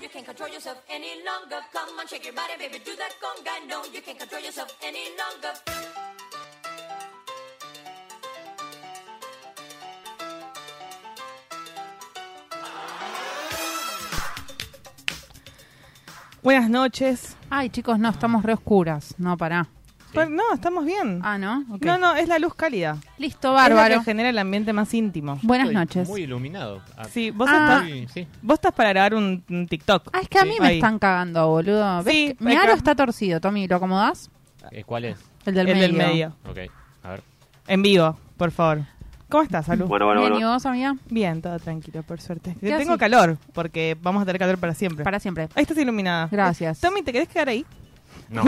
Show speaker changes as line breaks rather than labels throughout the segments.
you can't control yourself any longer. Come on, shake your body, baby, do that conga. No, you can't control yourself any longer.
Buenas noches.
Ay, chicos, no, estamos re oscuras. No, pará.
Pero no, estamos bien.
Ah, ¿no? Ok.
No, no, es la luz cálida.
Listo,
Es la
bárbaro.
que genera el ambiente más íntimo.
Buenas
Estoy
noches.
Muy iluminado. Ah,
Sí, vos,
Ah.
estás,
sí, sí.
vos estás para grabar un, un TikTok.
Ah, es que a mí
Sí.
me
Ahí.
están cagando, boludo. ¿Ves
Sí,
que mi
acá.
aro está torcido, Tommy. ¿Lo acomodás?
Eh, ¿Cuál es?
El del
el
medio.
del medio.
Ok, a ver.
En vivo, por favor. ¿Cómo estás, Salud?
Bueno, bueno,
Bien, ¿y
bueno.
vos, amiga?
Bien, todo tranquilo, por suerte.
¿Qué
tengo
haces?
calor, porque vamos a tener calor para siempre.
Para siempre.
Ahí estás iluminada. Eh,
Gracias.
Tommy, ¿te querés quedar ahí?
No.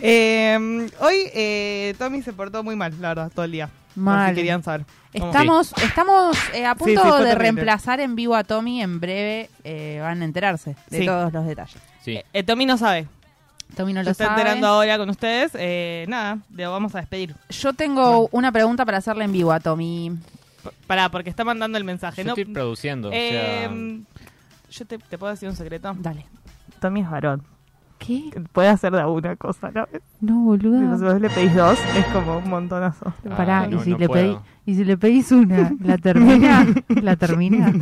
Eh, hoy eh, Tommy se portó muy mal, la verdad, todo el día.
Mal.
Por si querían saber. ¿Cómo?
Estamos, estamos eh, a
Sí,
punto
sí, fue
de
terrible.
reemplazar en vivo a Tommy. En breve eh, van a enterarse de
Sí.
todos los detalles.
Sí.
Eh, Tommy no sabe.
Tommy no
Se
lo
está
sabe.
enterando ahora con ustedes. Eh, nada, le vamos a despedir.
Yo tengo una pregunta para hacerle en vivo a Tommy.
P- Pará, porque está mandando el mensaje.
Yo
no,
estoy produciendo. o sea,
em,
Eh, yo te, te puedo decir un secreto.
Dale.
Tommy es varón.
¿Qué?
Puede hacer de una cosa, ¿no?
No, boludo.
vos le pedís dos, es como un montonazo.
Ah,
Pará,
no,
y, si
no
le pedí,
puedo.
y si le pedís una, ¿la termina? ¿La termina?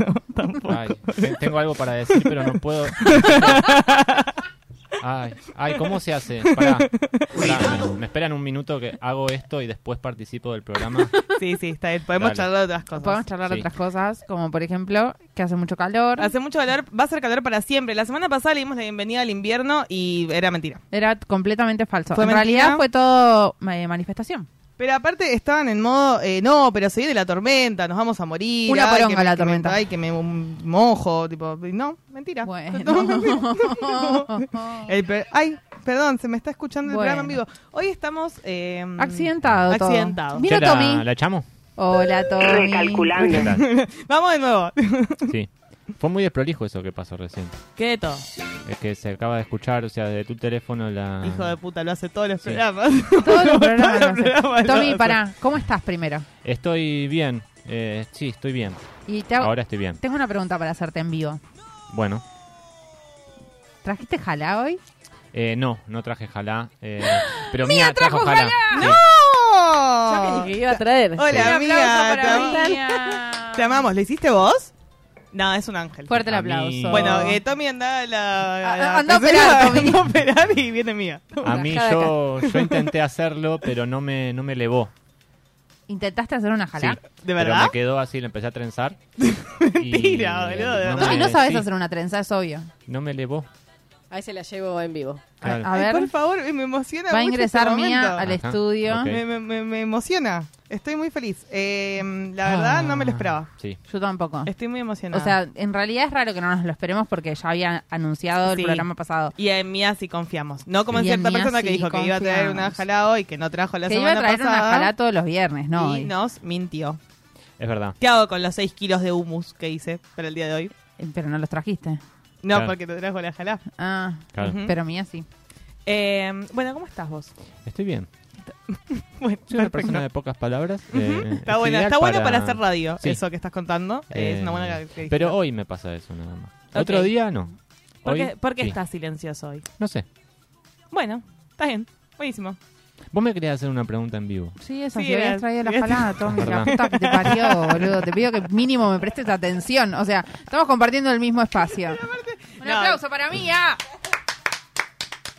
Ay, te- tengo algo para decir, pero no puedo. Ay, ay, ¿cómo se hace? Pará. Pará, me, me esperan un minuto que hago esto y después participo del programa.
Sí, sí, está bien. Podemos
Dale.
charlar de otras cosas.
Podemos charlar de
Sí.
otras cosas, como por ejemplo, que hace mucho calor.
Hace mucho calor, va a ser calor para siempre. La semana pasada le dimos la bienvenida al invierno y era mentira.
Era completamente falso.
Fue
en
mentira.
realidad fue todo eh, manifestación.
Pero aparte estaban en modo, eh, no, pero se viene la tormenta, nos vamos a morir.
Una
ay, que
poronga
me-
la
que me-
tormenta.
ay, que me mm, mojo, tipo, y no, mentira. Todo mentira.
Bueno.
El per- ay, perdón, se me está escuchando el
Bueno.
programa en vivo. Hoy estamos... eh,
Accidentado todo.
Accidentado.
Vino
Che, la-
Tommy.
¿La echamos?
Hola, Tommy.
¿Qué
Recalculando.
tal?
Vamos de nuevo.
Sí. Fue muy desprolijo eso que pasó recién.
¿Qué de todo?
Es que se acaba de escuchar, o sea, de tu teléfono la...
Hijo de puta, lo hace todos los
Ah. Sí.
programas.
Todos los
Todos los
programas lo hacen.
programas lo
Tommy,
hacen.
pará. ¿Cómo estás primero?
Estoy bien. Eh, sí, estoy bien.
Y te hago-
Ahora estoy bien.
tengo una pregunta para hacerte en vivo.
Bueno.
¿Trajiste jalá hoy?
Eh, no, no traje jalá. eh, pero Mía trajo, jalá. Sí.
¡No!
que iba a traer.
Oh. Hola,
Un
amiga.
aplauso
te,
para
am-
Mía.
te amamos. ¿Lo hiciste vos? No, es un ángel.
Fuerte el
A mí-
aplauso.
Bueno, eh, Tommy anda a la.
Ah, anda a operar, Tommy.
anda a operar y viene mía.
A mí
Rajada
yo, yo intenté hacerlo, pero no me, no me elevó.
¿Intentaste hacer una
Sí.
jalá?
¿De
Pero
verdad?
me quedó así, la empecé a trenzar.
Mentira, boludo, de verdad.
Tommy, no
me-
sabes
sí,
hacer una trenza, es obvio.
No me elevó.
Ahí se la llevo en vivo.
claro.
A
Ay,
ver,
Por favor, eh, me emociona.
va a
mucho
ingresar
este
Mía
momento.
al
Ajá,
estudio.
ok.
Me, me- me- me emociona. Estoy muy feliz. Eh, la verdad, no me lo esperaba.
Ah, Sí.
Yo tampoco.
Estoy muy
Ah. O
emocionada.
sea, en realidad es raro que no nos lo esperemos porque ya había anunciado
Sí.
el programa pasado.
Y en Mía sí confiamos. No como en
Y en
cierta
Mía
persona que
sí
dijo que iba a traer
confiamos.
una jalá hoy, que no trajo la
Se iba
semana
a traer
pasada.
una jalá todos los viernes,
y
¿no? eh. Hoy.
nos mintió.
Es verdad.
¿Qué hago con los 6 kilos de humus que hice para el día de hoy?
Eh, Pero no los trajiste.
No,
Claro.
porque te trajo la jalá.
Ah,
Claro.
Ujú.
pero mía sí.
Eh, bueno, ¿cómo estás vos?
Estoy bien.
Bueno,
Soy una
perfecto.
persona de pocas palabras.
Ujú,
eh,
está
es
buena,
ideal
está buena para hacer radio,
Sí.
eso que estás contando.
Eh,
es una buena característica.
Pero hoy me pasa eso nada más.
Ok.
Otro día no.
¿Por
Hoy,
qué, por qué
sí.
estás silencioso hoy?
No sé.
Bueno, está bien. Buenísimo.
Vos me querías hacer una pregunta en vivo.
Sí, eso,
Sí,
si habías
era-
traído la
era-
jalá, Tommy, la
Verdad.
puta que te parió, boludo. Te pido que mínimo me prestes atención. O sea, estamos compartiendo el mismo espacio. Un
No.
aplauso para mía.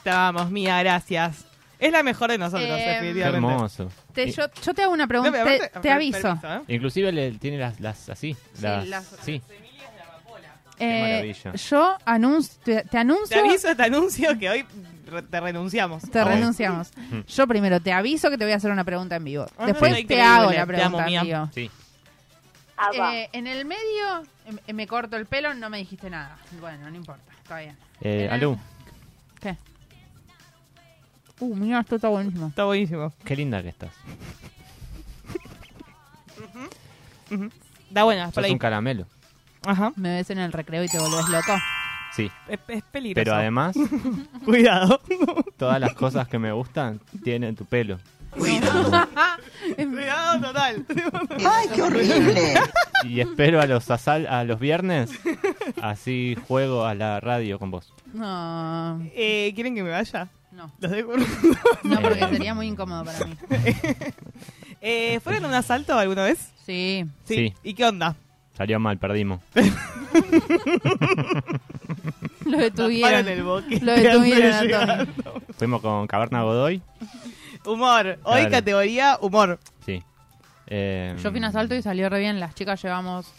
Te amamos, Mía, gracias. Es la mejor de nosotros,
Eh,
Qué
definitivamente.
hermoso.
Te-
I-
yo, yo te hago una
No,
pregunta,
pero
te,
aparte-
te
per-
aviso.
permiso, ¿eh?
Inclusive le, tiene las, las así. Las,
las-
sí.
Eh,
maravilla.
yo anuncio, te, te anuncio
Te aviso, te anuncio que hoy re- te renunciamos.
Te
Ok.
renunciamos. Yo primero te aviso que te voy a hacer una pregunta en vivo.
Ah,
Después
no,
te
increíble.
hago la
Te
pregunta
amo, mía.
en vivo.
Sí.
Ah,
Abba.
Eh, en el medio eh, me corto el pelo, no me dijiste nada. Bueno, no importa, está bien.
Eh,
En el-
Alú,
¿Qué? Uh, mira, esto está buenísimo.
Está buenísimo.
qué linda que estás.
Da buena, por
Sos
ahí.
un caramelo.
Ajá.
Me ves en el recreo y te volvés loco.
Sí.
Es, es peligroso.
Pero además,
Cuidado.
todas las cosas que me gustan tienen tu pelo.
Em,
Cuidado total.
¡Ay, qué horrible!
y espero a los asal a los viernes. Así juego a la radio con vos.
No,
Eh, ¿Quieren que me vaya?
no.
Los dejo.
No, porque
Eh.
sería muy incómodo para mí.
eh, ¿Fueron a un asalto alguna vez?
Sí.
Sí.
¿Y qué onda?
Salió mal, perdimos.
Lo
Paran
detuvieron.
el boquete
Lo
antes de
detuvieron a
llegar.
Tommy.
Fuimos con Caverna Godoy.
Humor. Hoy
Claro.
categoría humor.
Sí. Eh,
Yo fui a un asalto y salió re bien. Las chicas llevamos.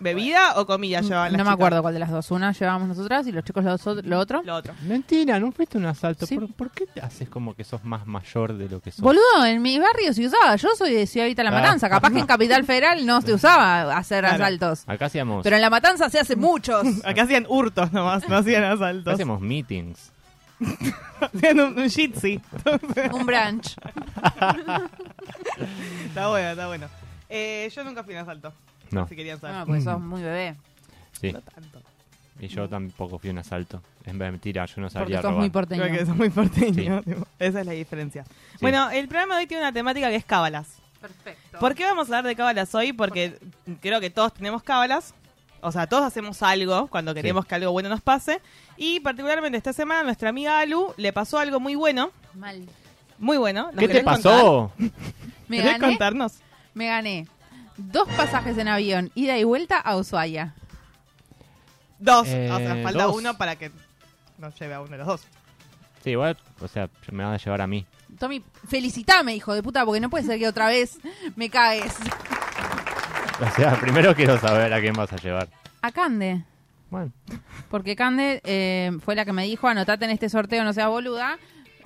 ¿Bebida o comida llevaban
no
las
me
chicas?
acuerdo cuál de las dos. Una llevábamos nosotras y los chicos los ot- lo otro.
Lo otro.
Mentira, no fuiste a un asalto.
Sí.
¿Por, por qué te haces como que sos más mayor de lo que sos?
Boludo, en mi barrio se usaba. Yo soy de Ciudad Vita La
Ah.
Matanza. Capaz que en Capital Federal no se usaba hacer
Claro.
asaltos.
Acá hacíamos,
Pero en La Matanza se hace muchos.
Acá hacían hurtos nomás, no hacían asaltos.
hacíamos meetings.
Hacían un, un jitsi.
Un branch.
está bueno, está bueno. Eh, yo nunca fui a un asalto.
No,
Si querían saber.
No, pues sos muy bebé.
sí.
No tanto.
Y yo tampoco fui a un asalto. Es mentira, yo no
Porque
salía a
sos
robar.
muy
Creo que
porteño.
eso es muy porteño. tipo, Esa es la diferencia. Bueno, el programa de hoy tiene una temática que es cábalas.
Perfecto.
¿Por qué vamos a hablar de cábalas hoy? Porque creo que todos tenemos cábalas. O sea, todos hacemos algo cuando queremos que algo bueno nos pase. Y particularmente esta semana nuestra amiga Alu le pasó algo muy bueno.
Mal.
Muy bueno. ¿Nos
¿Qué te
querés contar?
pasó?
Me
¿Querés
gané,
contarnos?
me gané dos pasajes en avión, ida y vuelta a Ushuaia.
Dos.
Eh,
o sea, falta
dos.
uno para que nos lleve a uno de los dos.
Sí, igual, o sea, me van a llevar a mí.
Tommy, felicitame, hijo de puta, porque no puede ser que otra vez me cagues.
O sea, primero quiero saber a quién vas a llevar.
A Cande,
Bueno,
porque Cande eh, fue la que me dijo, anotate en este sorteo, no seas boluda.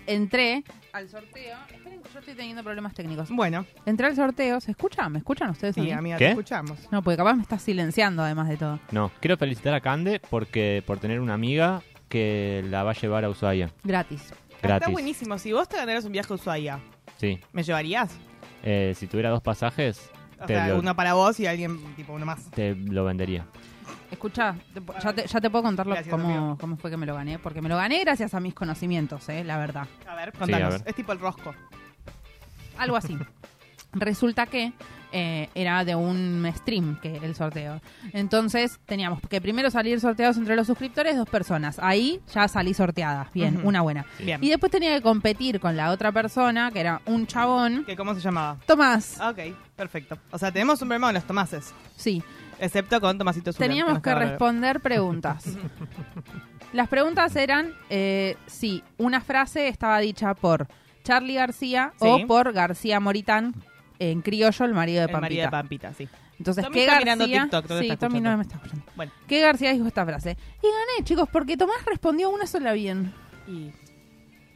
Entré al sorteo. Esperen que yo estoy teniendo problemas técnicos.
Bueno,
Entré al sorteo. ¿Se escucha? ¿Me escuchan ustedes?
sí,
a mí?
amiga,
¿Qué?
te escuchamos.
No, porque capaz me estás silenciando además de todo.
no, quiero felicitar a Cande porque por tener una amiga que la va a llevar a Ushuaia.
Ah, Gratis.
Está
Gratis.
buenísimo. Si vos te ganaras un viaje a Ushuaia,
Sí.
¿me llevarías?
Eh, si tuviera dos pasajes,
O
te,
sea,
lo,
uno para vos y alguien, tipo, uno más.
te lo vendería.
Escucha, ya te, ya te puedo contar lo-
Gracias,
cómo,
amigo.
cómo fue que me lo gané, porque me lo gané gracias a mis conocimientos, eh, la verdad.
A ver, contanos.
a ver.
Es tipo el rosco.
Algo así. Resulta que eh, era de un stream que el sorteo. Entonces teníamos que primero salir sorteados entre los suscriptores dos personas. Ahí ya salí sorteada. Bien,
Ujú.
una buena.
Bien.
Y después tenía que competir con la otra persona, que era un chabón.
¿Qué, ¿Cómo se llamaba?
Tomás.
Ah, Ok, perfecto. O sea, tenemos un problema con los tomases.
Sí.
Excepto con Tomasito Zuller,
Teníamos
nos
que
caga la-
responder preguntas. Las preguntas eran eh, si una frase estaba dicha por Charlie García
Sí.
o por García Moritán, en criollo, el marido de
El marido de
Pampita.
Pampita, sí.
Entonces,
Tommy
¿qué
está
García?
mirando TikTok, no te
sí,
está
Tommy no
escuchando.
me está escuchando.
Bueno,
¿Qué García dijo esta frase? Y gané, chicos, porque Tomás respondió una sola bien.
y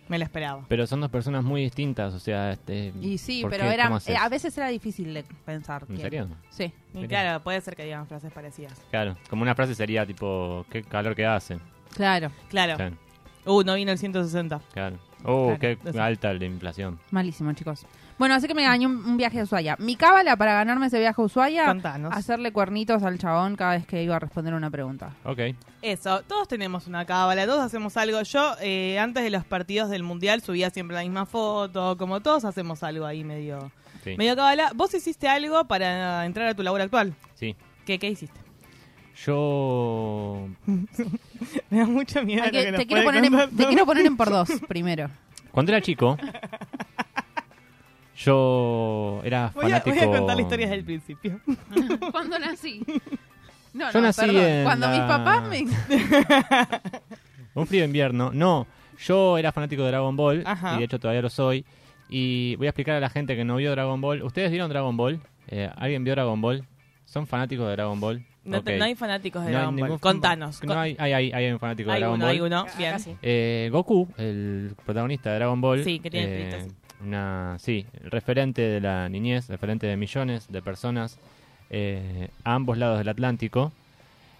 me la esperaba.
Pero son dos personas muy distintas, o sea, este...
Y sí,
¿por
pero
qué?
era,
¿Cómo haces?
eh, a veces era difícil de pensar.
¿En
quién.
serio?
Sí.
Y
Mirá.
claro, puede ser que digan frases parecidas.
Claro, como una frase sería tipo, qué calor que hace.
Claro,
Claro.
Claro,
Uh, no vino el 160.
claro. Oh,
Claro,
qué
eso.
alta la inflación.
malísimo, chicos. Bueno, así que me gané un, un viaje a Ushuaia. Mi cábala para ganarme ese viaje a Ushuaia...
Contanos.
hacerle cuernitos al chabón cada vez que iba a responder una pregunta.
Ok.
Eso, todos tenemos una cábala, todos hacemos algo. Yo, eh, antes de los partidos del Mundial, subía siempre la misma foto, como todos hacemos algo ahí medio,
Sí.
medio cábala. ¿Vos hiciste algo para entrar a tu labor actual?
sí.
¿Qué, qué hiciste?
Yo...
Me da mucha miedo
Ay,
lo
que-
que nos
te, quiero
puede
poner en,
contar
te quiero
Tomás.
poner en por dos primero.
Cuando era chico, yo era
Voy a,
fanático...
voy a contar la historia desde el principio.
Cuando nací? No,
Yo
no,
nací
perdón.
en
Cuando
la-
mis papás me...
Un frío invierno. No, yo era fanático de Dragon Ball
Ajá.
y de hecho todavía lo soy. Y voy a explicar a la gente que no vio Dragon Ball. ¿Ustedes vieron Dragon Ball? Eh, ¿Alguien vio Dragon Ball? ¿Son fanáticos de Dragon Ball?
No, te-
Ok.
no hay fanáticos de
No hay
Dragon Ball.
ningún-
Contanos.
No hay, hay, hay, hay un fanático de
Hay
Dragon
uno,
Ball.
hay uno.
Ah,
Bien.
sí.
Eh, Goku, el protagonista de Dragon Ball.
Sí, que tiene
eh,
pelitos.
una, Sí, referente de la niñez, referente de millones de personas eh, a ambos lados del Atlántico.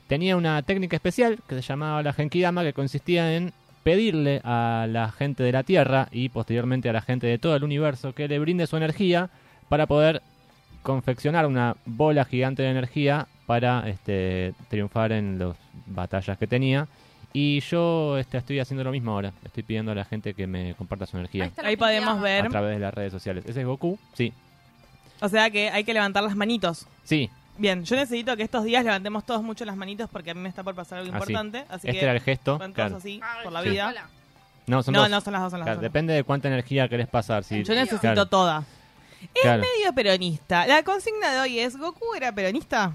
Tenía una técnica especial que se llamaba la Genkidama, que consistía en pedirle a la gente de la Tierra y posteriormente a la gente de todo el universo que le brinde su energía para poder confeccionar una bola gigante de energía para este, triunfar en las batallas que tenía. Y yo este, estoy haciendo lo mismo ahora. Estoy pidiendo a la gente que me comparta su energía
está la
Ahí podemos
gente que
a
ver.
través de las redes sociales. ¿Ese es Goku? Sí.
O sea que hay que levantar las manitos.
Sí.
Bien, yo necesito que estos días levantemos todos mucho las manitos porque a mí me está por pasar algo
Así.
importante. Así
Este
que
era el gesto,
van todos
claro.
así
Ay,
por la
Ah, Sí.
vida.
hola.
No, son
No,
dos.
no, son las dos, son las
Claro,
dos.
Depende de cuánta energía querés pasar. Si,
Yo necesito Eh,
claro,
toda. Es
claro.
medio peronista. La consigna de hoy es, ¿Goku era peronista?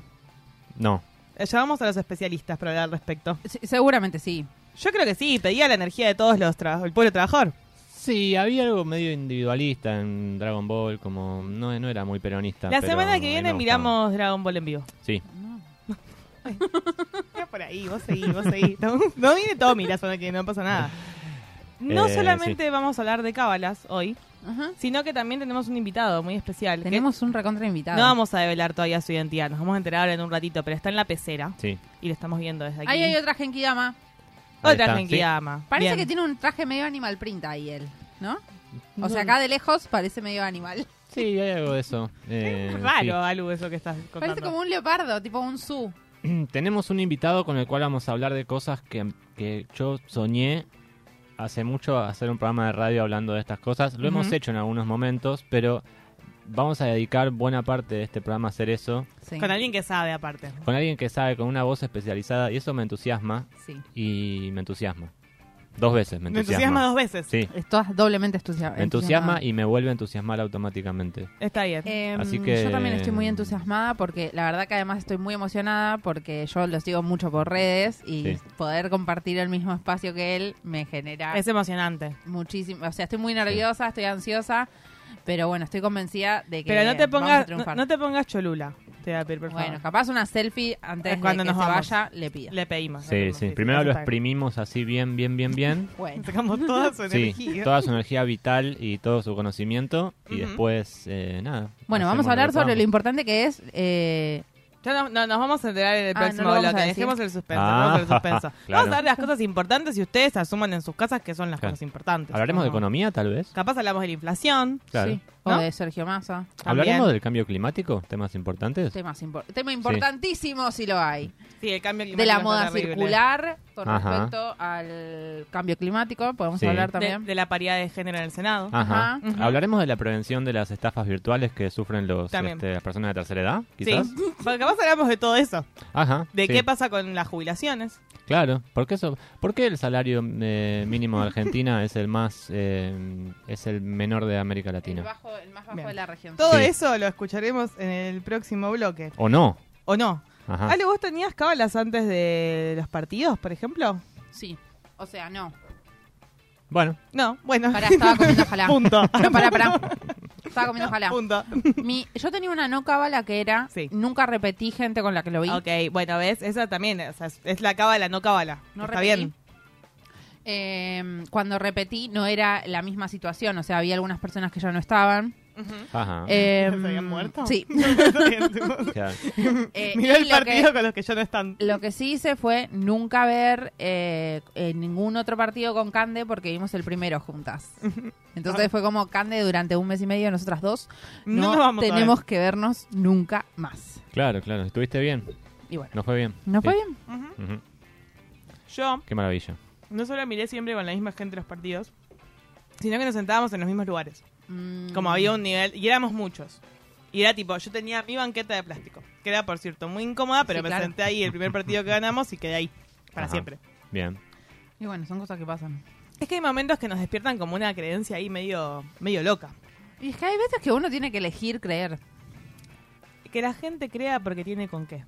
No.
Eh, Llamamos a los especialistas para hablar al respecto.
Sí, seguramente sí.
Yo creo que sí, pedía la energía de todos los tra- el pueblo trabajador.
Sí, había algo medio individualista en Dragon Ball, como no, no era muy peronista.
la
pero
semana
a mí
que
me
viene
gustaba.
miramos Dragon Ball en vivo.
Sí,
Mira por ahí, vos seguís, vos seguís. No, no viene Tommy la semana que viene, no pasa nada. No
Eh,
solamente vamos a hablar de cábalas hoy,
Ajá.
sino que también tenemos un invitado muy especial. que
Tenemos un recontra invitado.
No vamos a develar todavía su identidad, nos vamos a enterar ahora en un ratito, pero está en la pecera
sí.
y lo estamos viendo desde aquí.
Ahí hay otra Genkidama.
Ahí
Otra
está, sí.
Genkidama.
Parece
Bien.
que tiene un traje medio animal print ahí él, ¿no? O sea, acá de lejos parece medio animal.
Sí, hay algo de eso. Eh,
Es Raro, Alu, eso que estás contando.
Parece como un leopardo, tipo un su.
sí. Tenemos un invitado con el cual vamos a hablar de cosas que, que yo soñé hace mucho hacer un programa de radio hablando de estas cosas. Lo hemos
Ujú.
hecho en algunos momentos, pero vamos a dedicar buena parte de este programa a hacer eso.
Sí.
Con alguien que sabe, aparte.
Con alguien que sabe, con una voz especializada, y eso me entusiasma.
Sí.
Y me entusiasma. Dos veces me
Me
entusiasma.
entusiasma dos veces.
Sí,
Estás doblemente entusiasmado.
me entusiasma y me vuelve a entusiasmar automáticamente.
Está bien.
Eh,
Así que-
Yo también estoy muy entusiasmada porque la verdad que además estoy muy emocionada porque yo lo sigo mucho por redes y
Sí.
poder compartir el mismo espacio que él me genera
es emocionante.
muchísimo. O sea, estoy muy nerviosa, estoy ansiosa, pero bueno, estoy convencida de que
Pero no te
vamos a
pongas no,
triunfar.
no te pongas cholula. Te voy a pedir, por favor.
bueno, capaz una selfie antes
Es cuando
de que
nos
se
vamos.
vaya, le pido.
Le pedimos. le
Sí,
pedimos,
sí. Primero
eso
lo
está bien.
exprimimos así bien, bien, bien, bien.
Bueno,
Sacamos toda su
Sí,
energía.
toda su energía vital y todo su conocimiento. Y
Ujú.
después, eh, nada.
bueno vamos
hacemos
a hablar
que
sobre lo
podamos.
importante que es eh,
Ya no, no, nos vamos a enterar en el
Ah,
próximo
no lo vamos
bloque.
a decir.
Dejemos el suspenso.
Ah,
vamos el suspenso.
claro.
Vamos a ver las cosas importantes y ustedes asuman en sus casas que son las
Claro.
cosas importantes.
Hablaremos de
Ajá.
economía, tal vez.
Capaz hablamos de la inflación.
Claro.
sí,
¿No?
o de Sergio Massa.
También.
Hablaremos del cambio climático, temas importantes.
Temas impor- tema importantísimo si lo hay.
Sí, el cambio climático.
de la
es
moda
terrible.
circular con
Ajá.
respecto al cambio climático. Podemos
Sí.
hablar
De-
también.
De, la paridad de género en el Senado.
Ajá.
Ajá.
Ujú.
Hablaremos de la prevención de las estafas virtuales que sufren los,
También.
este, las personas de tercera edad,
sí.
quizás.
Porque capaz hablamos de todo eso.
Ajá.
De
sí.
qué pasa con las jubilaciones.
Claro, ¿por qué, eso, ¿por qué el salario eh, mínimo de Argentina es el más eh, es el menor de América
el,
Latina?
bajo, el más bajo
Bien.
de la región.
Todo
Sí.
eso lo escucharemos en el próximo bloque.
¿O no?
¿O no?
Ajá.
Ale, ¿vos tenías cábalas antes de los partidos, por ejemplo?
Sí. O sea, no.
Bueno,
No, bueno.
Pará, estaba comiendo ojalá.
Punto.
No, pará, pará. Estaba comiendo ojalá.
Punto.
Mi, yo tenía una no cábala que era.
Sí. Ah,
Nunca repetí gente con la que lo vi.
Ok, bueno, ¿ves? Esa también o sea, es- es la cábala, no cábala.
No
Está
repetí.
bien.
Eh, cuando repetí, no era la misma situación. O sea, había algunas personas que ya no estaban.
ajá.
Eh,
Ah. ¿Se habían muerto?
Sí.
Claro.
Eh,
Mirá
y
el
lo que-
partido con los que ya no están.
Lo que sí hice fue nunca ver eh, eh, ningún otro partido con Cande porque vimos el primero juntas. Entonces fue como Cande durante un mes y medio, nosotras dos.
No
No,
nos vamos a
tenemos que vernos nunca más.
claro, claro. Estuviste bien.
Y bueno,
No fue bien.
¿no fue
Sí.
bien?
Ujú.
Yo
Qué maravilla.
no solo miré siempre con la misma gente los partidos, sino que nos sentábamos en los mismos lugares.
Mm.
Como había un nivel, y éramos muchos. Y era tipo, yo tenía mi banqueta de plástico, que era, por cierto, muy incómoda, pero
Sí,
me
claro.
senté ahí el primer partido que ganamos y quedé ahí, para
Ajá.
siempre.
Bien.
Y bueno, son cosas que pasan.
Es que hay momentos que nos despiertan como una creencia ahí medio, medio loca.
Y es que hay veces que uno tiene que elegir creer.
Que la gente crea porque tiene con qué.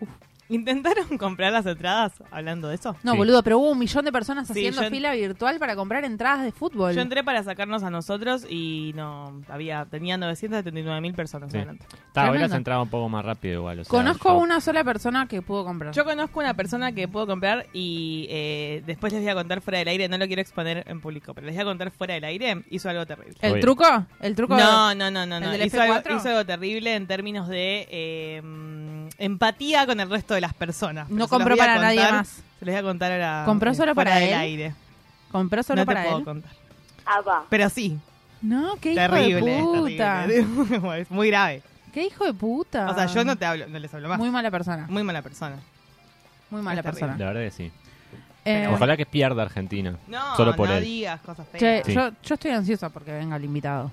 Uf. ¿Intentaron comprar las entradas hablando de eso?
No,
Sí.
boludo, pero hubo un millón de personas
Sí,
haciendo
yo en-
fila virtual para comprar entradas de fútbol.
Yo entré para sacarnos a nosotros y no había tenía 979 mil personas
Sí.
adelante.
Ta, hoy
Tremendo.
las entraba un poco más rápido igual. o sea,
Conozco
yo-
una sola persona que pudo comprar.
Yo conozco una persona que puedo comprar y eh, después les voy a contar fuera del aire. No lo quiero exponer en público, pero les voy a contar fuera del aire. Hizo algo terrible.
¿El
Oye.
truco? ¿El truco?
No, no, no, no.
¿El
no.
del
Hizo, algo,
F4?
hizo algo terrible en términos de eh, mm, empatía con el resto de las personas. Pero
No
se los
compró
voy a
para nadie
contar-
más.
Se les voy a contar ahora.
¿Compró
eh,
solo
fuera
para
del
él?
aire.
¿Compró solo
no te
para
puedo
él?
contar.
Abba.
Pero sí,
No, qué
terrible.
hijo de puta.
terrible. es muy grave.
Qué hijo de puta.
O sea, yo no te hablo, no les hablo más.
Muy
Muy,
mala persona.
mala persona.
Muy mala
es terrible.
persona.
La verdad que sí.
Eh,
Ojalá que pierda Argentina.
No,
solo por
no
él.
digas cosas feas.
che,
Sí.
yo, yo estoy ansiosa porque venga el invitado.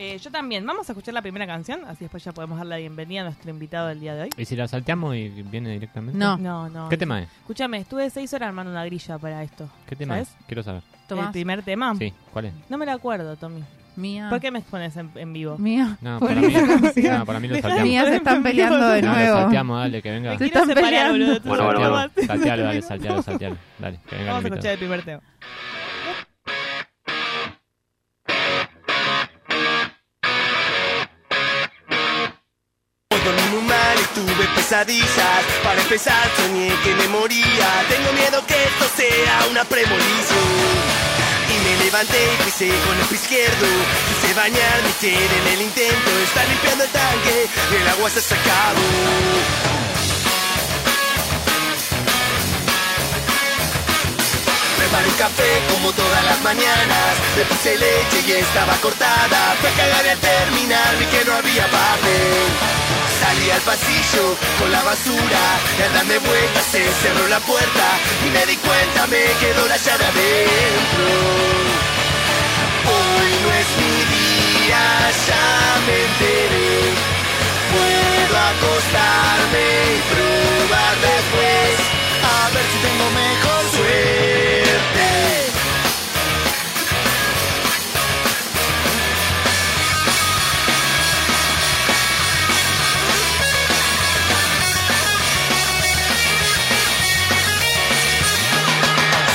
Eh, yo también. Vamos a escuchar la primera canción, así después ya podemos dar la bienvenida a nuestro invitado del día de hoy.
¿Y si la salteamos y viene directamente?
No.
No, no.
¿Qué tema es?
Escúchame, estuve seis horas armando una grilla para esto.
¿Qué tema
¿Sabes?
es? Quiero saber.
¿El
Tomás, Ah.
primer tema?
Sí, ¿cuál es?
No me lo acuerdo, Tommy.
mía.
¿Por qué me expones en, en vivo?
Mía.
No,
Por
para mí,
esa canción.
no, para mí lo
Dejá de
salteamos.
Mía se están peleando de
No, lo
nuevo.
salteamos, dale, que venga.
Te
Sí,
quiero
están
separar,
peleando.
boludo. tú
Bueno, bueno,
no
bueno.
te vas.
Saltealo, dale, saltealo, saltealo. Dale, que venga
Vamos
el
a escuchar
invitado.
el primer tema.
Dormí muy mal y tuve pesadillas. Para empezar soñé que me moría. Tengo miedo que esto sea una premonición. Y me levanté y pisé con el pie izquierdo. Quise bañar mi té en el intento. Está limpiando el tanque, el agua se ha sacado. Preparé un café como todas las mañanas. Le puse leche y estaba cortada. Fui a cagar y al terminar vi que no había papel. Salí al pasillo con la basura y al darme vueltas se cerró la puerta y me di cuenta me quedó la llave adentro. Hoy no es mi día, ya me enteré. Puedo acostarme y probar después a ver si tengo mejor suerte.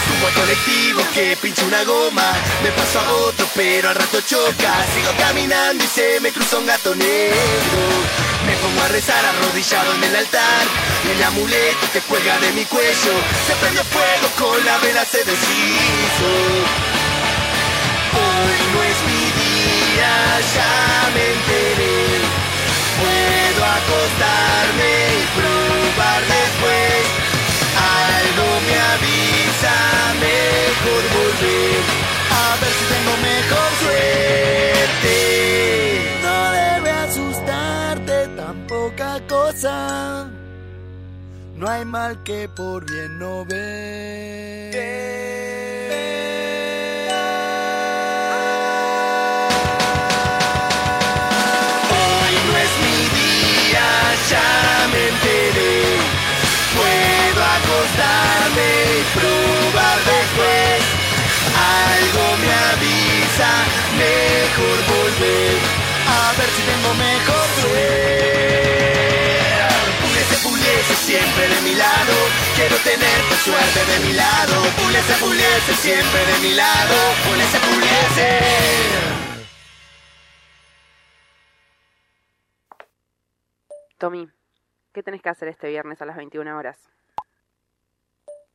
Subo al colectivo que pincha una goma Me paso a otro pero al rato choca Sigo caminando y se me cruza un gato negro Me pongo a rezar arrodillado en el altar Y el amuleto que cuelga de mi cuello Se prendió fuego con la vela se deshizo Hoy no es mi día, ya me enteré Puedo acostarme y probar después algo me avisa, mejor volver A ver si tengo mejor suerte No debe asustarte tan poca cosa No hay mal que por bien no ve Hoy no es mi día, ya me enteré. Puedo acostarme y probar después. Algo me avisa, mejor volver. A ver si tengo mejor suerte. Puliese, puliese siempre de mi lado. Quiero tener tu suerte de mi lado. Puliese, puliese siempre de mi lado. Puliese, puliese.
Tommy, ¿qué tenés que hacer este viernes a las 21 horas?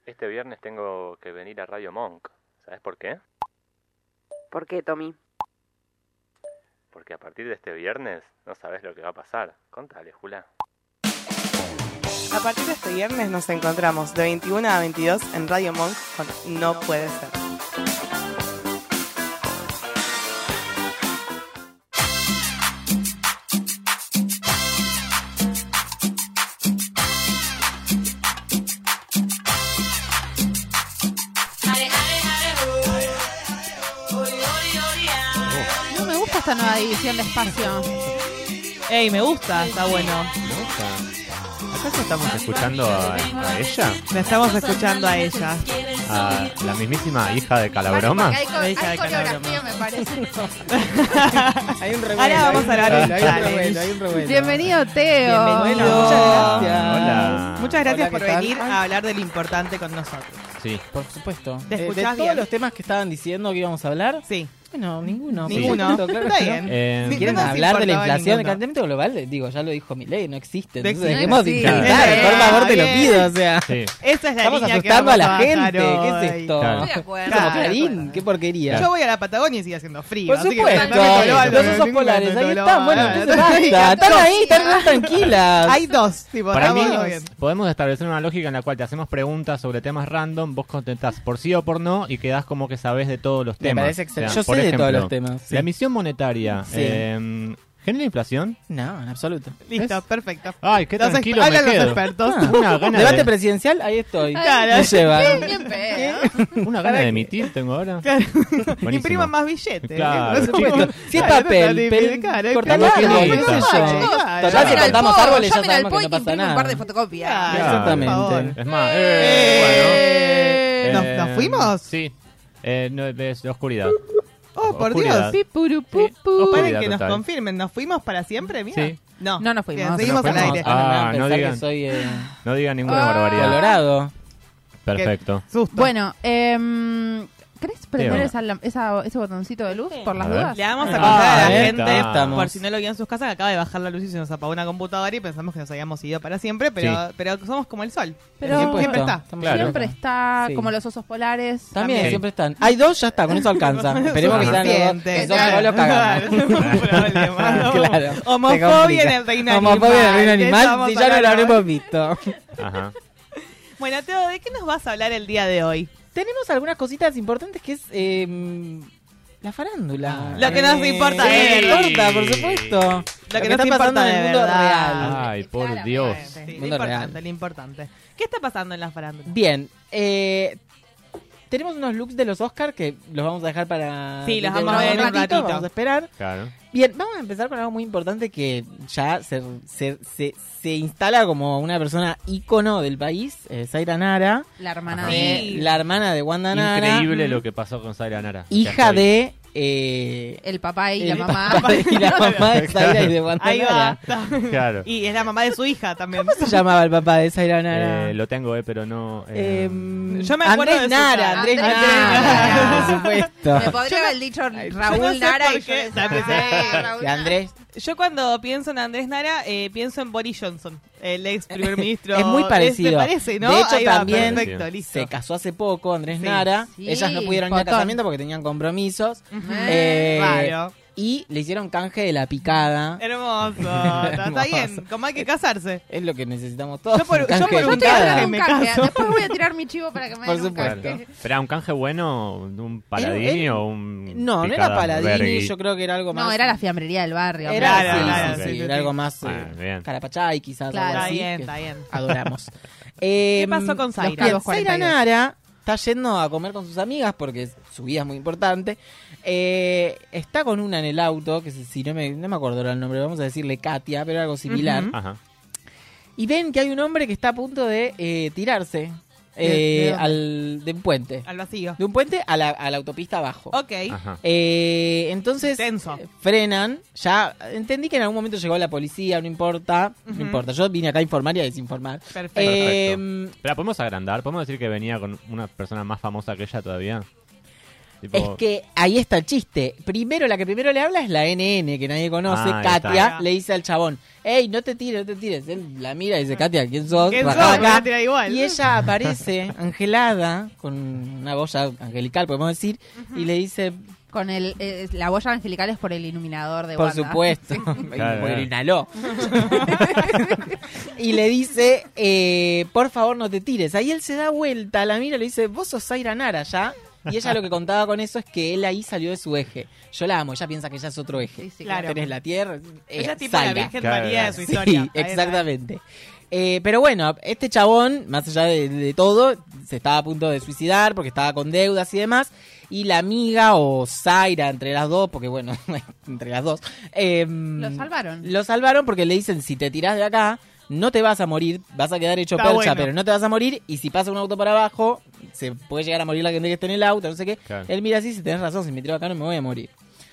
Este viernes tengo que venir a Radio Monk. ¿Sabes por qué?
¿Por qué, Tommy?
Porque a partir de este viernes no sabes lo que va a pasar. Contale, Jula.
A partir de este viernes nos encontramos de 21 a 22 en Radio Monk con No Puede Ser.
No me gusta esta nueva división de espacio.
Ey, me gusta, está bueno.
¿No? Está- ¿Acaso estamos escuchando a, a ella?
La estamos escuchando a ella.
¿A la mismísima hija de Calabroma?
hay Ella de coreografía,
me parece. hay un revuelo.
Ahora vamos a
hay un
grabar un
revuelo, Hay un
challenge.
revuelo, hay un revuelo.
Bienvenido, Teo.
Bueno, muchas gracias.
Hola.
Muchas gracias
Hola, ¿qué
por
tal?
venir a hablar del importante con nosotros.
Sí.
Por supuesto.
¿Te
Eh, de
escuchás
todos
Ah, bien?
los temas que estaban diciendo que íbamos a hablar,
Sí.
bueno, ninguno. por
Ninguno.
supuesto, claro
Está
que no.
bien.
Eh,
Sí,
¿Quieren
no nos
hablar de la
importaba
inflación, del
ninguno.
calentamiento global? Digo, ya lo dijo Milei, no existe. Entonces
existe.
dejemos de
Sí.
intentar,
Eh,
por favor, te lo
bien.
pido, o sea.
Sí.
Esa es la
Estamos
línea que
asustando a
vamos
la
bajar
gente, ¿qué es
hoy.
esto?
Claro.
Estoy de acuerdo.
Como
Claro.
Clarín, qué porquería.
Yo voy a la Patagonia y sigue haciendo frío.
Por
así que
supuesto,
calentamiento global,
los osos
ningún
polares, ahí
calentamiento
están, bueno,
global.
entonces basta, están ahí, están re tranquilas.
Hay dos, tipo,
Para mí,
estamos todo bien.
podemos establecer una lógica en la cual te hacemos preguntas sobre temas random, vos contestás por sí o por no y quedás como que sabés de todos los
Me
temas.
parece excelente. Yo
por
sé de todos los temas, sí.
La emisión monetaria.
Sí.
eh, ¿Genera inflación?
No, en absoluto.
Listo, perfecto.
Ay, qué
Los
tranquilo
exper-
me
hablan los
quedo.
expertos.
Ah, una gana
Debate
de-
presidencial, ahí estoy.
Claro.
Me lleva.
Sí,
Bien pedo.
Una gana de emitir tengo ahora.
Claro.
Buenísimo.
Impriman más billetes.
Claro,
No se puede-
chicos.
Si es
Claro,
papel,
no está
pero-
difícil, claro,
cortalo,
claro,
tiene
claro,
guita.
claro,
Yo-
claro.
Total, si
Llamen al
plantamos
PO,
árboles ya
llamen al
sabemos
PO
que
y
no pasa
imprimen un par de
nada.
fotocopias.
Claro,
Exactamente.
por favor.
Es más,
Eh.
eh, bueno.
¿Nos- nos fuimos?
Sí. Eh, no, es la oscuridad.
Oh, por
Oscuridad.
Dios.
Pi, puru, pu,
Sí.
pu.
Opa.
Paren
Oscuridad
que nos
total.
confirmen. ¿Nos fuimos para siempre? Mira.
Sí.
No.
No nos fuimos.
Bien,
No
seguimos
nos
al
fuimos.
aire.
Ah,
Ah,
no
no digan.
digan.
Que soy eh,
No diga ninguna
Ah.
barbaridad.
Colorado.
Perfecto.
Susto.
Bueno, eh, ¿querés prender
Digo.
esa lam- esa- ese botoncito de luz por las
A ver.
dudas?
Le vamos a
Ah,
contar a la
ahí
gente,
estamos.
por si no lo vio en sus casas, que acaba de bajar la luz y se nos apagó una computadora y pensamos que nos habíamos ido para siempre, pero, pero somos como el sol.
Pero-
siempre, siempre está.
Estamos
Claro.
Siempre está
Sí.
como los osos polares.
También,
También.
siempre están. Hay dos, ya está, con eso alcanza. Esperemos que sean los dos.
Suficiente.
que son solos cagamos.
Claro, no,
Claro.
Homofobia en el reino animal.
Homofobia en el reino animal,
Estamos
si ya no lo
hablando.
habremos visto.
Ajá.
Bueno, Teo, ¿de qué nos vas a hablar el día de hoy?
Tenemos algunas cositas importantes que es eh, la farándula.
Lo que nos
Eh,
importa
lo
de
que nos
verdad.
importa, por supuesto. Lo
que nos importa
en
de
el mundo
verdad.
real.
Ay, por Dios.
Sí, lo
Mundo
importante,
real.
lo importante. ¿Qué está pasando en la farándula?
Bien, eh, tenemos unos looks de los Oscar que los vamos a dejar para...
Sí, los
dentro de
vamos a ver en un ratito.
Vamos a esperar.
Claro.
Bien, vamos a empezar con algo muy importante que ya se, se, se, se instala como una persona ícono del país, eh, Zaira Nara,
La hermana
Ajá.
de...
eh, la hermana de Wanda Nara.
Increíble lo que pasó con Zaira Nara.
Hija
Ya estoy.
de... eh,
El papá y la
el
mamá.
papá y la mamá de Zaira y de Wanda
Ahí va.
Nara.
Claro.
Y es la mamá de su hija también.
¿Cómo se llamaba el papá de Zaira Nara?
Eh, lo tengo, eh, pero no. eh,
Em,
Yo me acuerdo
Andrés
de su
Nara,
cara.
Andrés
Andrés
Nara,
Nara.
por
Me
supuesto.
podría haber dicho Raúl
yo no sé
Nara
por
y yo
qué.
decía,
También-
"Ay, Raúl
Y Andrés
Yo cuando pienso en Andrés Nara, eh, pienso en Boris Johnson, el ex primer ministro.
Eh, Es muy parecido.
¿Te parece, no?
De hecho,
Ahí va,
también
Perfecto, listo.
se casó hace poco, Andrés
Sí.
Nara.
Sí,
Ellas no pudieron ir al
potón.
casamiento porque tenían compromisos.
Ujú.
Eh,
Claro.
Y le hicieron canje de la picada.
Hermoso. Está, está bien, como hay que casarse.
Es lo que necesitamos todos.
Yo por- yo por
de
un
Yo estoy
Nunca
hablando de un
me
canje.
caso.
Después voy a tirar mi chivo para que me
Por
den un
supuesto.
canje.
¿Pero era un canje bueno? ¿Un paladini
Era- era-
o un.?
No, no era
picada
Paladini,
vergui?
yo creo que era algo más.
No, era la fiambrería del barrio.
Era,
Claro,
sí,
claro,
sí,
sí,
sí,
sí,
era
sí.
algo más.
Ah,
eh,
bien.
Carapachay, quizás.
Claro.
algo
Está
así,
bien,
que
está bien.
Adoramos.
¿Qué pasó con Zaira?
Bien,
Los
Zaira
42.
Nara está yendo a comer con sus amigas porque su vida es muy importante. Eh, está con una en el auto, que si- si no me, no me acuerdo ahora el nombre, vamos a decirle Katia, pero algo similar.
Ujú.
Ajá.
Y ven que hay un hombre que está a punto de eh, tirarse eh,
¿De dónde?
al, de un puente.
Al vacío.
De un puente a la, a la autopista abajo.
Ok.
Ajá.
Eh, entonces
Tenso.
eh, frenan, ya entendí que en algún momento llegó la policía, no importa,
Ujú.
no importa, yo vine acá a informar y a desinformar.
Perfecto.
Eh,
Pero podemos agrandar, podemos decir que venía con una persona más famosa que ella todavía. Tipo,
es que ahí está el chiste. Primero, la que primero le habla es la NN, que nadie conoce,
Ah, ahí está.
Katia, le dice al chabón, hey, no te tires, no te tires. Él la mira y dice, Katia, ¿quién sos?
¿Quién
Bajá
sos?
acá".
Me la tira igual.
Y ella aparece, angelada, con una voz ya angelical, podemos decir, y le dice,
Con el, eh, la boya angelical es por el iluminador de
Por
Wanda.
supuesto.
Claro.
Porque lo inhaló. y le dice, eh, por favor no te tires. Ahí él se da vuelta, la mira y le dice, vos sos Zaira Nara ya. Y ella lo que contaba con eso es que él ahí salió de su eje. Yo la amo, ella piensa que ella es otro eje.
Sí, sí,
Claro.
Tenés la tierra, eh,
Ella es tipo la
Zaira.
Virgen
Claro.
María de su
Sí,
historia. Ahí está.
exactamente. Eh, pero bueno, este chabón, más allá de, de todo, se estaba a punto de suicidar porque estaba con deudas y demás. Y la amiga o Zaira, entre las dos, porque bueno, entre las dos. eh,
Lo salvaron.
Lo salvaron porque le dicen, si te tirás de acá, no te vas a morir, vas a quedar hecho
Está
percha,
bueno.
pero no te vas a morir. Y si pasa un auto para abajo, se puede llegar a morir la gente que esté en el auto, no sé qué.
Claro.
Él mira así, si tenés razón, si me tiro acá no me voy a morir.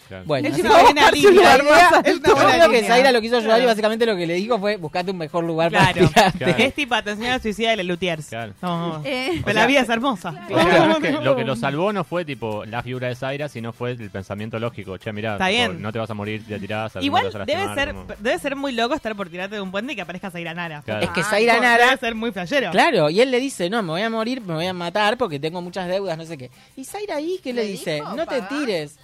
claro.
Bueno,
Es
así
una
que
buena
buscarse un
línea,
lugar.
hermosa, es
Yo
una buena
creo que
línea.
Zaira lo quiso ayudar y
Claro.
básicamente lo que le dijo fue buscate un mejor lugar
Claro.
para tirarte.
Claro.
Es tipo atención al suicidio de la Lutiers.
Claro.
No.
Eh,
Pero la vida es hermosa.
O sea, es que lo que lo salvó no fue tipo la figura de Zaira, sino fue el pensamiento lógico. Che, mirá,
Está
tipo,
bien.
no te vas a morir, te tirás. alguno
Igual
te vas a
debe
lastimar,
ser,
como-
debe ser muy loco estar por tirarte de un puente y que aparezca Zaira Nara.
Claro.
Es que
Ah,
Zaira
Debe
Nara,
ser muy flashero.
claro, y él le dice, no, me voy a morir, me voy a matar porque tengo muchas deudas, no sé qué. Y Zaira ahí, ¿qué le,
¿Le
dice?
dijo,
No te
pagá?
tires.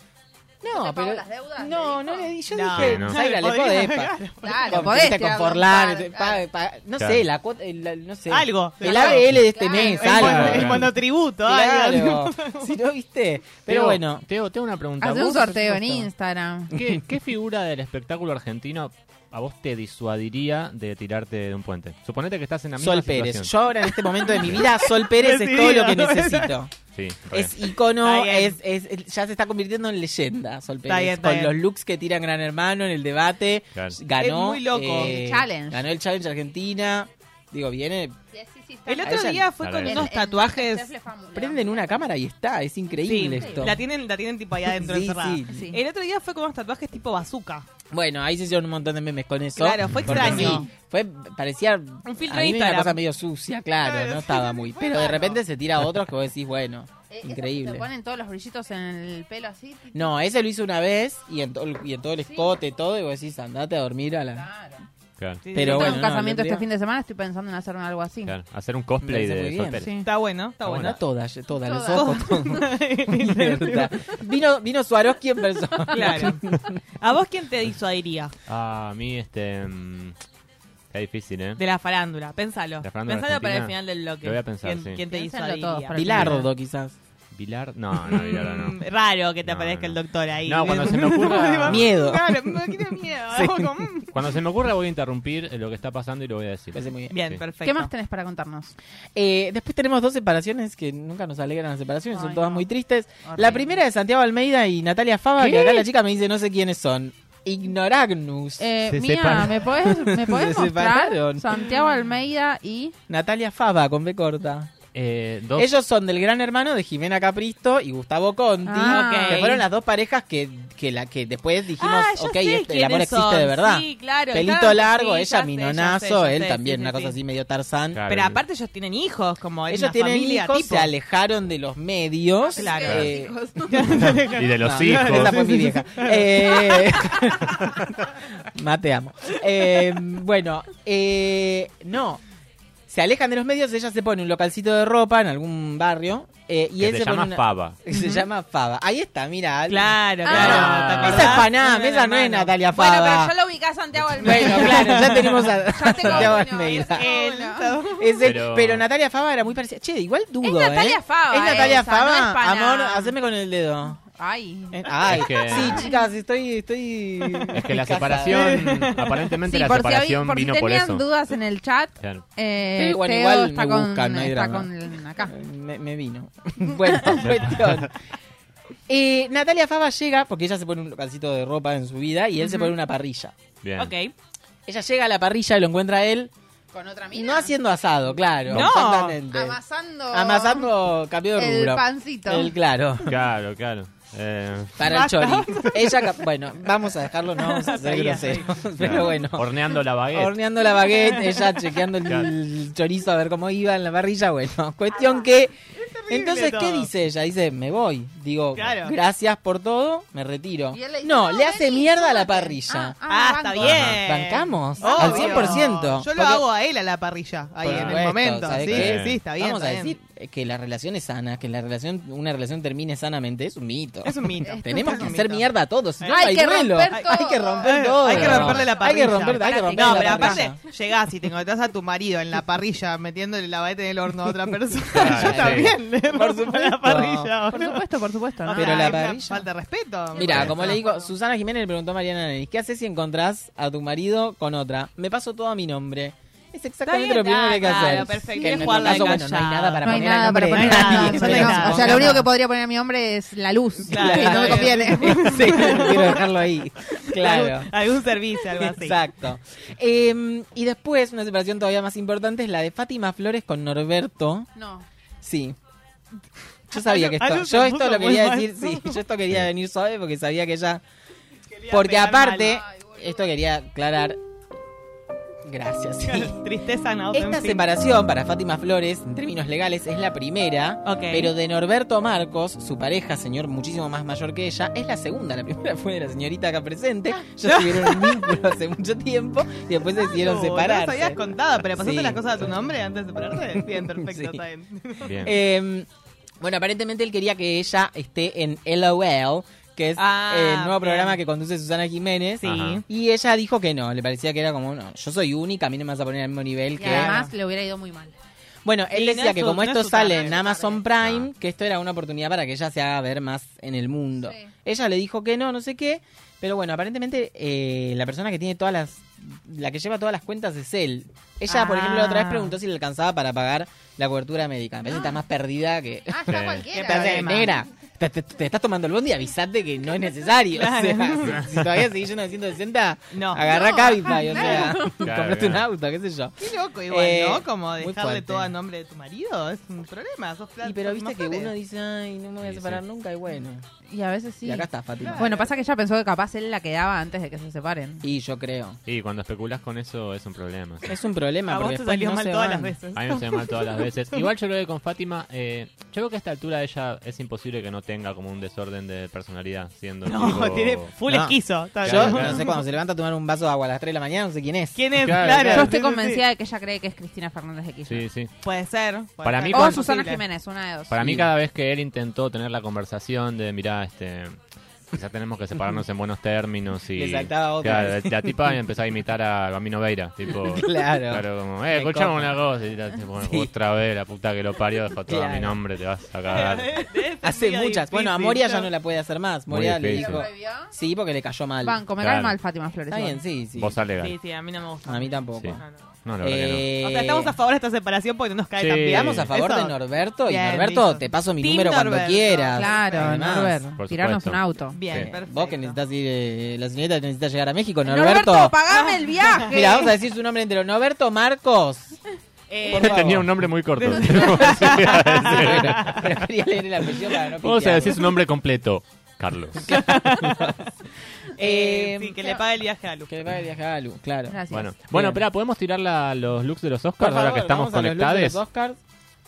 No,
te pago
pero-
las deudas,
No, no le di. Yo
No.
dije,
Sí, no.
Zaira, le
Podría,
podés. pa-
claro.
Claro,
con-
podés
viste,
tirar
Con
dos
Forlán.
pares,
pa- pa- no sé, la cuota. el- la- No sé.
Algo.
El
Claro.
ABL de este mes,
El mono-
algo.
el monotributo, algo.
Claro. Si no viste. Pero
Teo,
bueno.
Teo, tengo una pregunta.
Hacer un
¿Vos-
sorteo en Instagram.
¿Qué, qué figura del espectáculo argentino a vos te disuadiría de tirarte de un puente? Suponete que estás en la misma
Sol Pérez. Yo
situación.
ahora en este momento de mi vida, Sol Pérez es todo lo que
Decidida.
necesito.
Sí, re.
Es icono,
Está bien.
es, es- es- ya se está convirtiendo en leyenda Sol Pérez.
Está bien, está
con
bien.
los looks que tira en Gran Hermano en el debate.
Claro.
Ganó.
Es muy loco.
eh,
El challenge.
Ganó el Challenge Argentina. Digo, viene.
El
Ahí
otro
ya-
día fue
Claro,
con
ahí.
unos tatuajes.
Prenden una cámara y está. Es increíble
Sí,
esto.
La tienen, la tienen tipo allá adentro
Sí,
encerrada.
sí.
Sí.
El otro día fue con unos tatuajes tipo bazooka.
Bueno, ahí se hicieron un montón de memes con eso.
Claro, fue
Porque
extraño.
sí, fue, parecía. Un
filtro de
una
Instagram.
cosa medio sucia, claro,
Claro,
no
sí,
estaba
sí,
muy.
fue
Pero de
raro. Eh,
repente se tira a otros que vos decís, bueno,
Se
increíble.
Eh, ponen todos los brillitos en el pelo así.
No, ese lo hizo una vez y en, todo el- y en todo el escote, todo, y vos decís, andate a dormir a la.
Claro.
Claro,
Sí,
Pero
Yo
bueno,
tengo un
no,
casamiento
le
este
pega.
fin de semana, estoy pensando en hacerme algo así.
claro. Hacer un cosplay
Me parece
de
muy
Sol
bien.
Pérez.
Sí.
Está bueno, está
Bueno,
bueno.
todas, todas, los
Todas.
ojos, todo. Mierda. vino, vino Swarovski en persona.
Claro. ¿A vos quién te disuadiría
Ah, a mí este... mm, está difícil, ¿eh?
de la farándula? Pensalo.
La farándula
Pensalo para el
argentina.
final del bloque.
Lo voy a pensar,
¿Quién,
sí.
quién te
Piénsenlo todos
disuadiría?
para el
Bilardo, quizás.
¿Vilar? No, no, Vilar no.
Mm, Raro que te
No,
aparezca
no.
el doctor ahí.
No, cuando se me ocurra...
Miedo.
Claro, me tiene miedo. Como, mm.
Cuando se me ocurra voy a interrumpir eh, lo que está pasando y lo voy a decir.
Parece muy bien.
Bien,
Sí.
perfecto.
¿Qué más tenés para contarnos?
Eh, después tenemos dos separaciones que nunca nos alegran las separaciones,
Ay,
son todas
no.
muy tristes. La
Horrible.
primera de Santiago Almeida y Natalia Fava,
¿Qué?
que acá la chica me dice no sé quiénes son. Ignoragnus.
Eh,
Se
mía,
separaron.
¿me podés, me podés
Se
mostrar
separaron.
Santiago Almeida y
Natalia Fava, con B corta.
Eh, dos...
Ellos son del gran hermano de Jimena Capristo y Gustavo Conti,
Ah,
que
ok.
fueron las dos parejas que, que, la, que después dijimos,
Ah, ya
ok,
sé
este- el amor
quiénes
existe
son.
de verdad.
Sí, claro.
Pelito
Estaban-
largo,
sí,
ella
ya sé, ya
minonazo,
sé, ya
él
sé,
también,
sí,
una
sí,
cosa
sí.
así medio Tarzán.
Claro,
Pero
el-
aparte ellos tienen hijos, como en
Ellos
una
tienen
familia
hijos,
tipo.
se alejaron de los medios.
Claro.
eh,
Y de los
No,
hijos.
Esa fue mi vieja. Eh, Mate amo. Eh, bueno, eh, no. Se alejan de los medios, ella se pone un localcito de ropa en algún barrio. eh, y
que
él
se
se pone
llama
una-
Fava.
Se llama Fava. Ahí está, mira. alguien-
Claro,
Ah.
claro.
Ah.
¿te acordás?
Esa es Panam, esa no es
hermano.
Natalia
Bueno,
Fava.
pero ya lo ubicás Santiago Almeida.
Bueno, claro, ya tenemos a
Ya tengo uno,
Santiago Almeida.
ya tengo
Él,
uno.
todo.
Es el- pero...
Pero-
Natalia Fava era muy parecida. Che, igual dudo.
Es Natalia
¿eh?
Fava
Es Natalia
esa,
Fava.
no es Panam.
Amor, haceme con el dedo.
Ay.
Eh, Ay,
Es que-
sí, chicas, estoy, estoy.
Es que la
casada.
separación, aparentemente
Sí,
la
por si,
separación
habí- por si
vino por
tenían
eso.
dudas en el chat,
Claro.
eh,
Sí, bueno,
Teo
igual
está,
me
con,
buscan, no hay
está
drama.
con acá.
Me, me vino. Bueno, cuestión. Eh, Natalia Fava llega, porque ella se pone un localcito de ropa en su vida y él se pone una parrilla.
Bien.
Ok.
Ella llega a la parrilla y lo encuentra a él,
Con otra
no haciendo asado, claro.
No.
exactamente.
Amasando,
Amasando, cambió de
el
rubro.
pancito.
El claro.
Claro, claro. Eh,
Para el chori. Ella, ca- bueno, vamos a dejarlo, no vamos a ser
Sabía,
groseros.
claro.
Pero bueno.
Horneando la baguette.
Horneando la baguette, ella chequeando el,
Claro.
el chorizo a ver cómo iba en la parrilla. Bueno, cuestión que.
terrible
Entonces, ¿qué
todo.
dice ella? Dice, me voy. Digo,
Claro.
gracias por todo, me retiro.
Y él le dice,
no, le hace
vení,
mierda a la
súbete.
parrilla.
Ah,
banco.
está bien.
¿Bancamos?
Obvio.
Al 100%.
Yo lo
Porque-
hago a él a la parrilla, ahí en
Por
el
supuesto,
momento.
¿sabes
Sí,
qué?
sí, está bien.
Vamos a
está bien.
decir eh, que la relación es sana, que la relación, una relación termine sanamente, es un mito.
Es un mito.
Tenemos
Es
que
un
hacer
mito.
mierda a todos. si no,
Hay
hay
que
duelo.
romper
Hay-
todo.
Hay que romper todo.
Eh, Hay que romperle la parrilla.
Hay que romper, hay que romperle
No,
la
pero
parrilla.
aparte, llegás y te encontrás a tu marido en la parrilla metiéndole la baguette en el horno a otra persona.
Claro,
Yo
sí.
también le
Por
rompo la
supuesto.
parrilla.
Por
boludo.
supuesto, por supuesto. ¿no?
O
Pero
sea,
la
es una
parrilla-
Falta de respeto.
Mira,
Sí.
como le digo, Susana Jiménez le preguntó a Mariana Nenis, ¿qué haces si encontrás a tu marido con otra? Me paso todo a mi nombre. Es exactamente
bien,
lo primero que hay que
ah,
hacer.
claro, perfecto.
Que en
Quieres
nuestro
jugar la
caso,
de
bueno, no hay
callado.
nada para
No hay
poner
nada
a
para
nombre
poner
de
nada,
nadie,
yo
pero
tengo-
supongamos-
O sea, lo único que podría poner a mi hombre es la luz.
Claro.
que no me conviene.
Sí, quiero dejarlo ahí. Claro.
Algún, algún servicio, algo así.
Exacto. Eh, y después, una separación todavía más importante es la de Fátima Flores con Norberto.
No.
Sí. Yo sabía que
Algo
esto,
se
yo esto
puso
lo
muy
quería
mal.
decir, sí, yo esto quería venir suave porque sabía que ella...
Quería
Porque
pegar
aparte,
mal.
esto quería aclarar... Gracias, sí.
Tristeza no. en
Esta
fin.
separación para Fátima Flores, en términos legales, es la primera,
Ok.
pero de Norberto Marcos, su pareja, señor muchísimo más mayor que ella, es la segunda. La primera fue de la señorita acá presente,
Ah,
ya tuvieron un vínculo hace mucho tiempo y después se decidieron
Oh, No las habías
separarse.
contado, pero pasaste
Sí.
las cosas a tu nombre antes de separarte. Bien, perfecto,
Sí.
está bien.
Bien.
Em, Eh, bueno, aparentemente él quería que ella esté en LOL, que es
Ah,
el nuevo
bien.
programa que conduce Susana Jiménez.
Sí. Ajá.
Y ella dijo que no, le parecía que era como, no, yo soy única, a mí no me vas a poner al mismo nivel
Y
que...
además le hubiera ido muy mal.
Bueno, él
Y no
decía
es
que
su-
como
no es
esto
su
sale
carrera,
en
es su
Amazon Prime, que esto era una oportunidad para que ella se haga ver más en el mundo. Ella le dijo que no, no sé qué, pero bueno, aparentemente eh, la persona que tiene todas las, la que lleva todas las cuentas es él. Ella, por ejemplo, la otra vez
Ah.
preguntó si le alcanzaba para pagar la cobertura médica. Me parece que está más perdida que...
Ah,
está Sí. cualquiera.
Me parece que, negra. Te, te- te estás tomando el bondi y avisate que no es necesario. O sea,
Claro.
si, si todavía seguís yendo de 160,
No.
agarrá
No,
Cabify, o sea,
claro. Claro,
compraste un
claro.
auto, qué sé yo.
Qué loco igual,
Eh,
¿no? Como
muy
dejarle
fuerte.
todo a nombre de tu marido. Es un problema. Sos
Y pero viste que uno dice, ay, no me voy a
Sí,
separar
sí.
nunca, y bueno.
Y a veces sí.
Y acá está Fátima.
Bueno, pasa que ella pensó que capaz él la quedaba antes de que se separen.
Y yo creo.
Y cuando especulás con eso es un problema. sí.
Es un problema, A Ah, vos porque te después salió no mal se todas van. las veces.
A mí me salió mal todas las veces. Igual yo lo veo con Fátima. eh, yo creo que a esta altura ella es imposible que no tenga como un desorden de personalidad siendo
No,
tipo-
tiene full
No.
esquizo. Está
Yo
bien.
no sé cuando se levanta a tomar un vaso de agua a las 3 de la mañana, no sé quién es.
¿Quién es? Claro.
Yo estoy
Sí, sí,
convencida de que ella cree que es Cristina Fernández de Kirchner.
Sí, sí.
Puede ser. puede
Para
ser.
mí
O
cuando-
Susana Jiménez, una de dos.
Para mí cada vez que él intentó tener la conversación de, mira, este, quizá tenemos que separarnos en buenos términos y...
Le saltaba otra.
Claro, la tipa empezó a imitar a Gamino Veira, tipo...
Claro.
como,
Me
eh, escuchame
copa.
una cosa. Y la- tipo,
Sí.
otra vez, la puta que lo parió, dejó todo a mi
Claro.
nombre, te vas a cagar.
Hace muchas. Bueno, a
difícil,
Moria ya
claro.
no la puede hacer más.
Muy
Moria le
difícil.
dijo.
¿Le
Sí, porque le cayó mal.
Banco, me cae
Claro.
mal Fátima Flores.
Está
igual.
bien, sí, sí. Eh,
Vos alegás.
Sí, sí, a mí no me gusta.
A mí tampoco.
Sí. No, la verdad
O sea, estamos a favor de esta separación porque no nos cae tan bien.
Estamos a favor
Eso.
de Norberto y
Bien,
Norberto,
listo.
te paso mi
Team
número cuando
Norberto.
quieras.
Claro,
Además.
Norberto. Por Tirarnos supuesto. un auto.
Bien,
Sí.
perfecto.
Vos que necesitas ir, eh, la señorita que necesita llegar a México,
Norberto,
Norberto.
pagame el viaje.
Mira, vamos a decir su nombre entero. Norberto Marcos.
Eh,
no. Tenía un nombre muy corto.
Pero quería leer el apellido para no
Vamos a
pitearlo.
decir su nombre completo. Carlos.
Eh,
Eh,
sí, que le pague el viaje a Lu.
Que le pague el viaje a Lu, claro.
Bueno, bueno, espera, ¿podemos tirar la- los looks de los
Por
Oscars
favor,
ahora que estamos
vamos a los looks de los
conectados?
Oscars.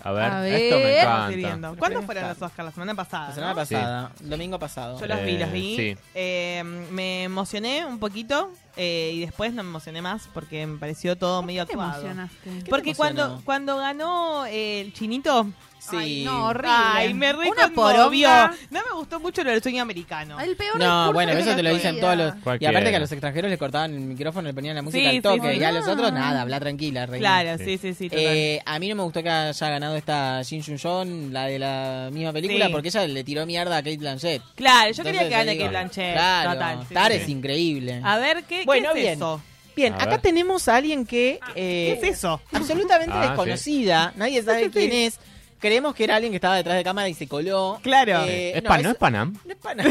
A ver,
A
esto
ver.
me
Estamos
encanta.
siguiendo. ¿Cuándo fueron los Oscars? La semana pasada.
La semana
¿no?
pasada, domingo pasado.
Ah. Yo los vi, los vi.
sí.
Eh, me emocioné un poquito eh, y después no me emocioné más porque me pareció todo medio
te
actuado.
emocionaste? ¿Qué te
Porque cuando,
emocionó?
cuando ganó eh, el chinito... Sí.
Ay, no, horrible.
Ay, me re
Una
conmovió.
poronga.
No me gustó mucho lo del sueño americano.
El peor
No,
discurso
bueno,
de
eso
la
te lo dicen
vida.
todos los.
Cualquiera.
Y aparte que a los extranjeros le cortaban el micrófono, le ponían la música
Sí,
al toque.
sí, sí.
Y a los
Ah.
otros, nada, habla tranquila, reina.
Claro, sí, sí, sí, total.
Eh, a mí no me gustó que haya ganado esta Jin Jun Jong, la de la misma película,
Sí.
porque ella le tiró mierda a Kate Blanchett.
Claro, yo quería
Entonces,
que gane
digo,
Kate Blanchett.
Claro,
total, sí,
Tar
sí,
es
sí.
increíble.
A ver, ¿qué,
Bueno,
qué es
bien.
eso? Ah,
Bien,
A
acá
ver.
tenemos a alguien que.
¿Qué
eh,
es eso?
Absolutamente
Ah, sí.
desconocida, nadie sabe quién es. Creemos que era alguien que estaba detrás de cámara y se coló.
Claro.
Eh,
¿Es
no,
Pan-
es-
¿No es Panam?
no es Panam.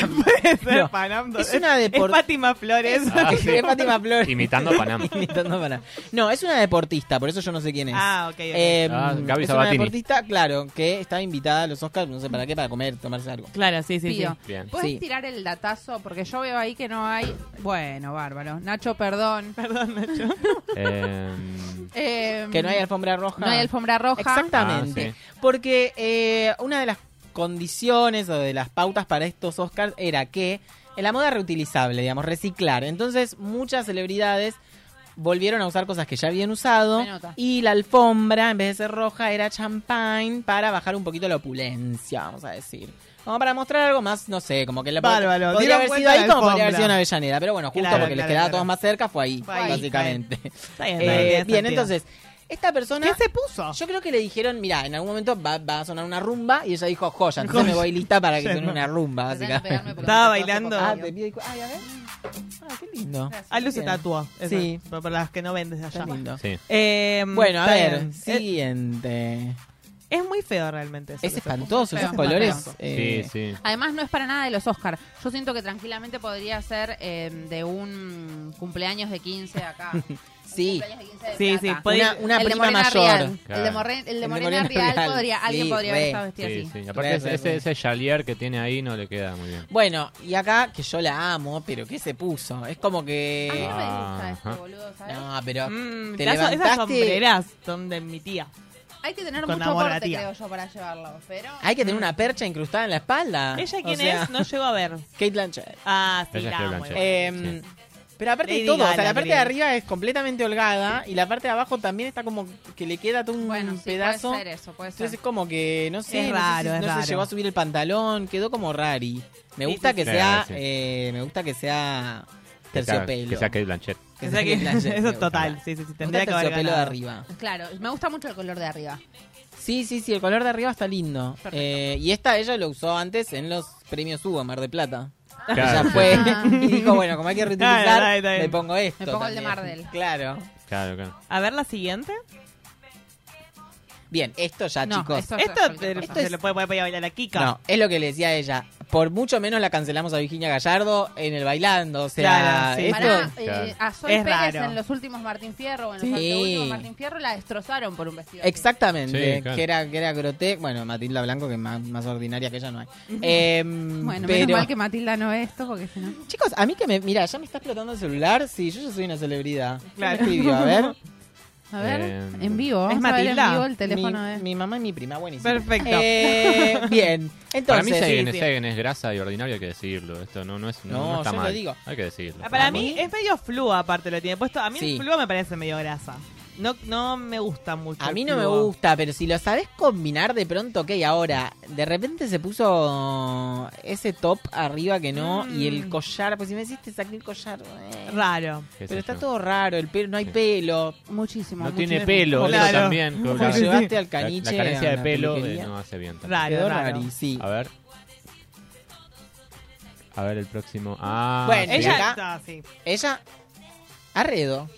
Ser
No.
Panam-
Es una depor-
Es Fátima Flores.
Ah, sí. Es Fátima Flores.
Imitando a Panam.
Imitando a Panam. No, es una deportista, por eso yo no sé quién es.
Ah, ok, ok.
Eh,
Ah, Gaby
es una
Sabatini.
deportista, claro, que está invitada a los Oscars, no sé para qué, para comer, tomarse algo.
Claro, sí, sí, sí.
Pío,
Bien.
¿Puedes
Sí.
tirar el datazo? Porque yo veo ahí que no hay. Bueno, bárbaro. Nacho, perdón.
Perdón, Nacho.
Eh,
Em,
Que no hay alfombra roja.
no hay alfombra roja.
Exactamente. Porque eh, una de las condiciones o de las pautas para estos Oscars era que la moda reutilizable, digamos, reciclar. Entonces, muchas celebridades volvieron a usar cosas que ya habían usado
Me nota.
y la alfombra, en vez de ser roja, era champagne para bajar un poquito la opulencia, vamos a decir. Como para mostrar algo más, no sé, como que la pod-
Bárbaro,
podría
dieron
haber sido
vuelta
ahí
la
como podría haber
alfombra.
sido una avellaneda. Pero bueno, justo
Claro,
porque les
claro,
quedaba
claro.
todos más cerca, fue ahí,
Fue ahí,
básicamente.
Está bien, está bien,
Eh,
tiene
bien,
sentido.
entonces, esta persona...
¿Qué se puso?
Yo creo que le dijeron, mira, en algún momento va, va a sonar una rumba y ella dijo, joya, entonces me voy lista para que suene una
Tratá
rumba,
de pegarme
básicamente.
porque
Estaba
me tocó hace
bailando.
poco.
Ah, te pido y cu- ay, a ver. Ah, qué lindo.
Alu se
Bien.
tatuó. eso,
Sí.
Para para las que no ven desde allá.
Está lindo.
sí.
Eh,
Bueno, a
está
ver,
bien. Eh,
siguiente.
Es, es muy feo realmente. eso
Es
que se
espantoso,
feo.
esos colores.
Espantoso.
eh,
sí, sí.
Además, no es para nada de los Oscars. Yo siento que tranquilamente podría ser eh, de un cumpleaños de 15 acá. Un
Sí.
cumpleaños de 15 de
Sí,
plata.
sí, puede-
Una, una
el de
prima
Morena
mayor.
Real. El, de
Claro.
Morre- el de
El de
Morena
Morena
Real,
Real.
podría, alguien
Sí,
podría haber
re.
estado vestido
Sí,
así.
sí. Aparte,
Re,
ese,
re,
ese,
re.
ese Jalier que tiene ahí no le queda muy bien.
Bueno, y acá, que yo la amo, pero ¿qué se puso? Es como
A mí
que...
no me gusta
Ajá.
esto, boludo, ¿sabes?
Ah. No, pero...
Mm,
te
las- esas
levantaste...
sombreras son de mi tía.
Hay que tener
Con
mucho
amor a la
porte,
tía.
creo yo, para llevarlo. Pero.
Hay que tener una percha incrustada en la espalda.
¿Ella
Ah, O
quién
sea,
es? No llego a ver.
Kate Blanchett.
Ah, sí,
Ella es
la
Kate
amo.
Blanchett.
igual.
Em, Pero aparte de
Lady
todo, o sea,
Gaga
la parte de
quería.
arriba es completamente holgada y la parte de abajo también está como que le queda todo un pedazo.
puede ser eso, puede ser.
Entonces es como que, no sé,
Es
no sé
raro,
si
es
no
raro.
se llegó a subir el pantalón, quedó como rari. Me
Sí,
gusta
sí,
que
sí.
sea,
Sí, sí.
eh, me gusta que sea
Que sea-
terciopelo.
Que sea Kate Blanchett.
Que sea que-
Blanchett,
eso
me
es
gusta.
total, sí, sí, sí,
Me
tendría
gusta
que haber
terciopelo de
ganado.
arriba.
Claro, me gusta mucho el color de arriba.
Sí, sí, sí, el color de arriba está lindo. Eh, y esta ella lo usó antes en los premios Hugo, Mar de Plata.
Claro,
Ella
sí.
fue y dijo, bueno, como hay que reutilizar,
Claro, está bien, está bien.
le pongo esto.
Ah. Me pongo el de
también.
Mardel.
Claro.
Claro, claro.
A ver la siguiente.
Bien, esto ya,
No,
chicos.
esto-
Esto,
cualquier
te-
cosa.
se lo puede, puede pedir a bailar a Kika.
No, es lo que le decía ella. Por mucho menos la cancelamos a Virginia Gallardo en el bailando. O sea,
Claro, sí.
esto-
Pará,
Claro.
eh, a Sol
Es
Pérez
raro.
en los últimos Martín Fierro, o en los
Sí.
anteúltimos Martín Fierro, la destrozaron por un vestido. así.
Exactamente,
Sí, claro.
que era, que era grotesco. Bueno, Matilda Blanco, que es más, más ordinaria que ella no hay. Eh,
Bueno,
pero,
menos mal que Matilda no ve esto, porque si no...
chicos, a mí que me. Mira, ya me está explotando el celular. Sí, yo ya soy una celebridad. ¿Quién
Claro.
me escribió? a ver.
A ver,
Eh,
en vivo.
¿es
vamos a ver
Matilda?
en vivo el teléfono eh.
mi,
de...
mi mamá y mi prima, buenísimo.
Perfecto.
Eh, bien, entonces.
Para mí Seigen
sí,
es,
sí.
Seigen es grasa y ordinario, hay que decirlo. Esto no, no es no,
No,
no está
yo lo
mal.
digo.
Hay que decirlo.
Ah, Para mí es medio flúa, aparte lo tiene puesto. A mí
Sí.
el flúa me parece medio grasa. No, no me gusta mucho.
A
el
mí no me
flúa.
gusta, pero si lo sabes combinar de pronto, ok, ahora, de repente se puso ese top arriba que no, y el
Mm.
collar, pues si me decís te saqué el collar. eh.
Raro.
Qué sé
Pero está
yo.
todo raro, el pelo, no hay
Sí.
pelo.
Muchísimo.
No tiene
mucho-
pelo,
Claro.
eso también.
Como
La-
que llevaste al
la-
caniche.
La, carencia
a
de
una
pelo eh,
peluquería.
no hace bien. tampoco.
Raro,
Quedó
raro.
raro, sí.
A ver. A ver el próximo. Ah,
Bueno,
sí.
Ella
acá-
está así.
Ella, Arredo.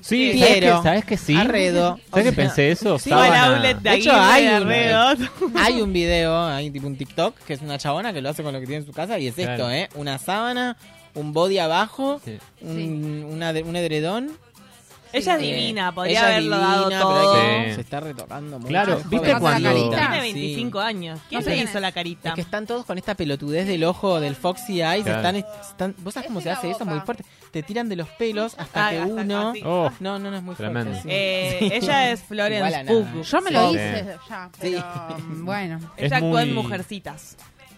Sí,
Sí,
¿sabes
Piero.
qué? ¿sabes que sí?
Arredo.
¿Sabes
O
que
sea,
pensé eso?
Sí,
Estaba
igual
na-
outlet de
De hecho,
Aguirre,
hay
de
una-
Arredo.
Hay un video, hay tipo un TikTok, que es una chabona que lo hace con lo que tiene en su casa y es
Claro.
esto, ¿eh? Una sábana, un body abajo,
Sí.
un, una de- un edredón.
Ella es
Eh,
divina, podría
ella es
haberlo
divina,
dado
pero
todo.
hay que-
Sí.
Se está retocando mucho.
Claro,
es
¿viste
joven.
cuando-
Tiene
Tiene
25 años. ¿Quién
No sé
le
quién
hizo
es.
la
Es
carita?
que están todos con esta pelotudez del ojo del Foxy Eyes.
Claro.
Están, están, ¿Vos sabés
Es
cómo se
la
hace eso?
boca.
Muy fuerte. Te tiran de los pelos hasta
Ah,
que
hasta-
uno.
así.
Oh,
No, no, no es muy
Tremendo.
fuerte. sí.
Eh,
Sí.
Ella es
Igual a
Florence
nada.
Pugh.
Yo me lo
Sí.
hice ya, pero mm, bueno.
Es
Ella actuó en
muy-
Mujercitas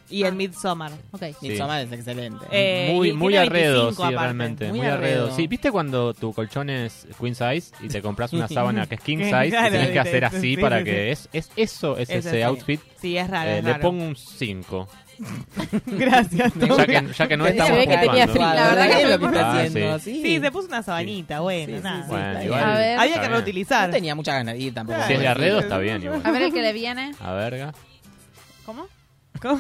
y en
Ah.
Midsommar.
Ok.
Midsommar es excelente.
Eh, y
Oh, muy,
tiene
muy arredo,
25
sí,
aparte.
realmente.
Muy
Muy, arredo.
arredo.
Sí, ¿viste cuando tu colchón es queen size y te compras una sábana que es king
Claro,
size y tenés
sí,
que hacer
sí,
así
sí,
para
sí,
que es, es eso, es
Es así.
ese outfit?
Sí, es raro.
Eh,
es
le
raro.
pongo un 5.
Gracias.
Ya que, ya que no
Se
estamos
ve que tenía
puntuando.
frío, la verdad que
es
me
lo que está
Ah,
haciendo.
sí.
Sí,
Sí, se puso una sabanita, bueno,
Sí,
nada.
sí,
Bueno,
está
igual
bien. A ver.
está
Había que
bien.
No
reutilizar.
tenía mucha ganas de ir tampoco.
Claro.
Si es de
Bueno, sí.
arredo, está bien igual.
A ver el que le viene.
A verga.
¿Cómo?
¿Cómo?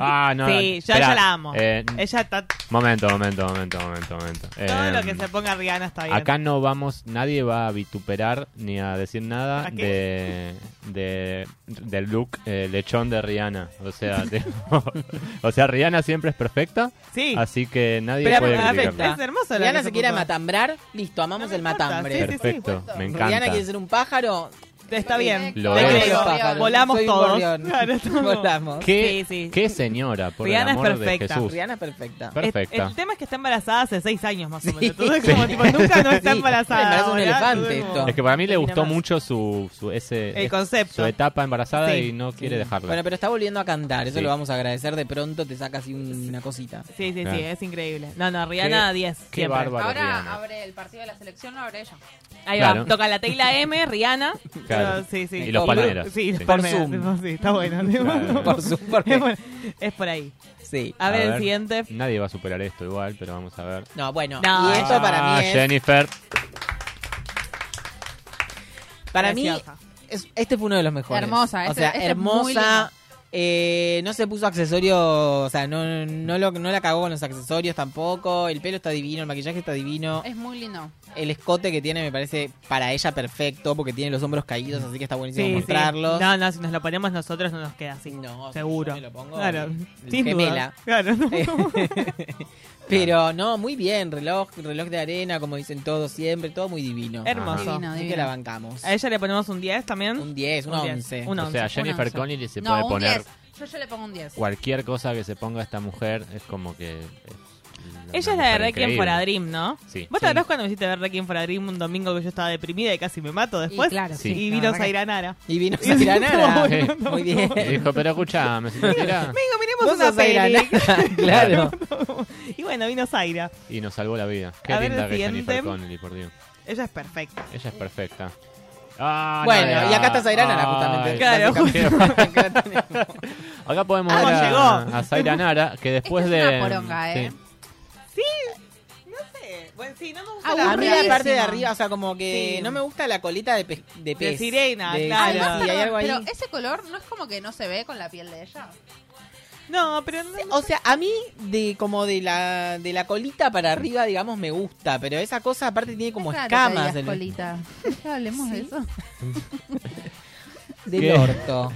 Ah, no.
Sí, yo a
espera.
ella la amo.
Eh,
Ella está.
Momento, momento, momento, momento, momento.
Todo
Eh,
lo que se ponga Rihanna está bien.
Acá no vamos, nadie va a vituperar ni a decir nada
¿A
de, de del look eh, lechón de Rihanna. O sea, de- o sea, Rihanna siempre es perfecta,
Sí,
así que nadie
Pero
puede
perfecta.
criticarla.
es hermoso. lo
Rihanna
que
se quiere
puso.
matambrar, listo, amamos
No me
el
importa,
matambre.
sí, sí, sí,
Perfecto, me
Rihanna quiere
encanta.
ser un pájaro.
Está bien.
Lo
Te
es.
Soy
creo.
un pájaro,
Volamos
soy un
todos.
gorrión.
Claro, estamos-
Volamos.
¿Qué,
Sí, sí.
qué señora, por
Rihanna es
el amor de
perfecta.
Jesús.
Rihanna es perfecta.
Per- Perfecta.
El, el tema es que está embarazada hace seis años más o menos.
Sí.
Entonces, como tipo, nunca no está
Sí.
embarazada.
Embarazo de un
ahora,
elefante,
entonces, como-
esto.
Es que para mí le
Termina
gustó
más.
mucho su, su ese
El concepto.
su etapa embarazada
Sí.
y no quiere dejarla.
Bueno, pero está volviendo a cantar, eso
Sí.
lo vamos a agradecer. De pronto te saca así un- una cosita.
Sí, sí,
Claro.
sí, es increíble. No, no, Rihanna 10.
qué
siempre.
bárbaro. Vale, Rihanna.
Ahora abre el partido de la selección, lo abre ella.
Ahí
Claro.
va, toca la tecla M, Rihanna. Pero
Claro.
Sí, sí.
Y los palmeras.
Sí, los
Sí.
Por
palmeras.
Zoom.
Sí, está bueno.
Claro.
Por su porque-
Es por- Es por ahí.
Sí. Ah,
A ver, el siguiente.
Nadie va a superar esto igual, pero vamos a ver.
No, bueno.
No.
Y esto para
Ah,
mí es.
Jennifer.
Para mí,
Preciosa.
es- este fue uno de los mejores.
Hermosa,
o
este-
sea,
este es muy
hermosa.
lindo.
eh, no se puso accesorio, o sea, no, no, lo, no la cagó con los accesorios tampoco. El pelo está divino, el maquillaje está divino.
Es muy lindo.
El escote que tiene me parece para ella perfecto porque tiene los hombros caídos, así que está buenísimo
Sí, sí.
mostrarlos.
No, no, si nos lo ponemos nosotros no nos queda así.
No, si
seguro.
yo me lo pongo,
claro.
el
Sin
gemela.
duda. Claro.
Pero no, muy bien, reloj, reloj de arena, como dicen todos siempre, todo muy divino.
Hermoso.
Divino,
Así que la
divino.
bancamos.
A ella le ponemos un 10 también.
Un 10, un
Un 10,
11.
un
O sea,
11,
Jennifer
once.
Connelly se
no,
puede
un
poner
10. Yo, yo le pongo un 10.
cualquier cosa que se ponga esta mujer es como que. es una
Ella es la de
mujer
Requiem
increíble.
for a Dream, ¿no?
Sí.
¿Vos te acordás cuando me hiciste ver Requiem for a Dream un domingo que yo estaba deprimida y casi me mato después?
Y claro, sí,
Y
la
vino
verdad que-
Zaira Nara.
Y vino a tirar
No,
nada.
no,
Muy bien.
Y Dijo, pero escuchá, me si te tirás-
Vengo, miremos Hagamos una peli.
claro.
y bueno, vino Zaira.
Y nos salvó la vida. Qué
A ver,
linda
el
que es Jennifer
siguiente.
Connelly, por Dios.
Ella es perfecta.
Ella es perfecta. Ah,
Bueno,
no,
y acá
está Zaira Nara,
ay,
justamente.
Claro,
básicamente.
qué- acá podemos
Vamos,
ver
llegó.
a, a Zaira Nara, que después
Esta es
de...
una poronga, ¿eh?
sí.
Sí. No sé. Ah, Bueno, sí, no me gusta
A mí la
la
parte de arriba, o sea, como que
Sí.
no me gusta la colita de, pe- de pez.
sirena,
De-
claro.
sí, sí, hay algo ahí.
Pero ese color no es como que no se ve con la piel de ella.
No, pero no,
O sea, a mí de como de la de la colita para arriba, digamos, me gusta, pero esa cosa aparte tiene como
Es raro que
escamas
digas
del,
colita. Ya hablemos de eso.
del
¿Qué?
orto.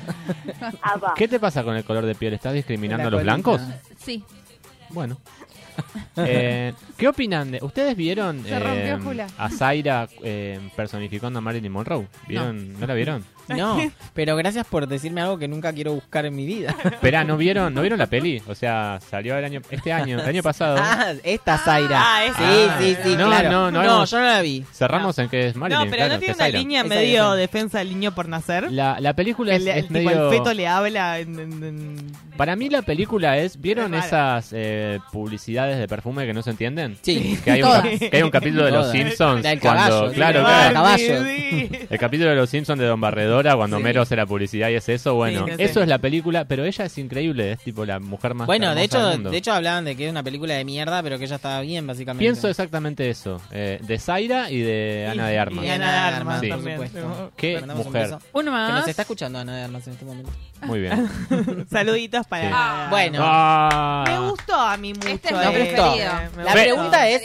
¿Qué te pasa con el color de piel? ¿Estás discriminando
La
a los
colita.
blancos?
Sí,
Bueno. Eh, ¿Qué opinan? de- ¿Ustedes vieron
Se rompió,
eh,
Jula.
a Zaira eh, personificando a Marilyn Monroe? ¿Vieron? ¿No, la vieron?
No, pero gracias por decirme algo que nunca quiero buscar en mi vida.
Esperá, ¿no vieron, ¿no vieron la peli? O sea, salió el año, este año, el año pasado.
Ah, esta Zaira.
Ah, esa.
Sí, sí, sí,
No,
claro.
no, no hemos-
yo no la vi.
Cerramos en que es
no,
Marilyn.
pero no
claro, que
tiene
es
una
Zaira.
línea
Esa
medio
idea.
defensa del niño por nacer.
La, la película es,
el,
es
el tipo,
medio...
el feto le habla en- en- en-
Para mí la película es... ¿Vieron
Es rara.
esas eh, publicidades de perfume que no se entienden?
Sí.
Que hay, un,
Todas.
cap- que hay un capítulo de Los
Todas.
Simpsons
Del
cuando...
caballo.
Claro,
de
claro.
El caballo.
sí.
El capítulo de Los Simpsons de Don Barredora, cuando Mero hace la publicidad y es eso, bueno,
Sí, sí, sí.
eso es la película, pero ella es increíble, es tipo la mujer más
Bueno, de
hermosa del
hecho,
mundo.
de hecho hablaban de que era una película de mierda, pero que ella estaba bien básicamente.
pienso exactamente eso, eh, de Zaira y de Ana de Armas.
Y Ana de Armas,
Sí.
por
También.
supuesto.
Qué
Le mandamos un
mujer.
beso.
uno
Que
más.
Ah.
nos está escuchando Ana de Armas en este momento.
Muy bien.
Saluditos para.
Sí.
Bueno,
Ah.
Me gustó a mí mucho.
Este es
mi
eh,
preferido.
me gustó.
La pregunta es-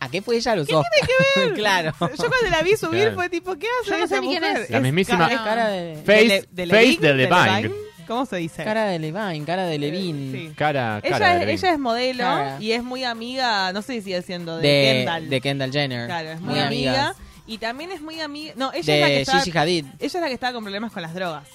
¿a qué fue ella a los ¿Qué tiene que ver? claro.
Yo cuando la vi subir
Claro.
fue tipo, ¿qué hace
Yo no sé
esa
ni quién
mujer?
es.
La mismísima-
Es cara de...
ca-
Face-
de- de
Face
Levine,
de Levine.
¿Cómo se dice?
Cara de Levine, cara de Levine.
Sí.
Cara, cara.
Ella
de
es,
Levine.
ella es modelo
Cara.
y es muy amiga, no sé si sigue siendo, de,
de,
Kendall.
de Kendall Jenner.
Claro, es muy, amiga. Y también es muy amiga. No, ella es la que
De
estaba,
Gigi Hadid,
ella es la que estaba con problemas con las drogas.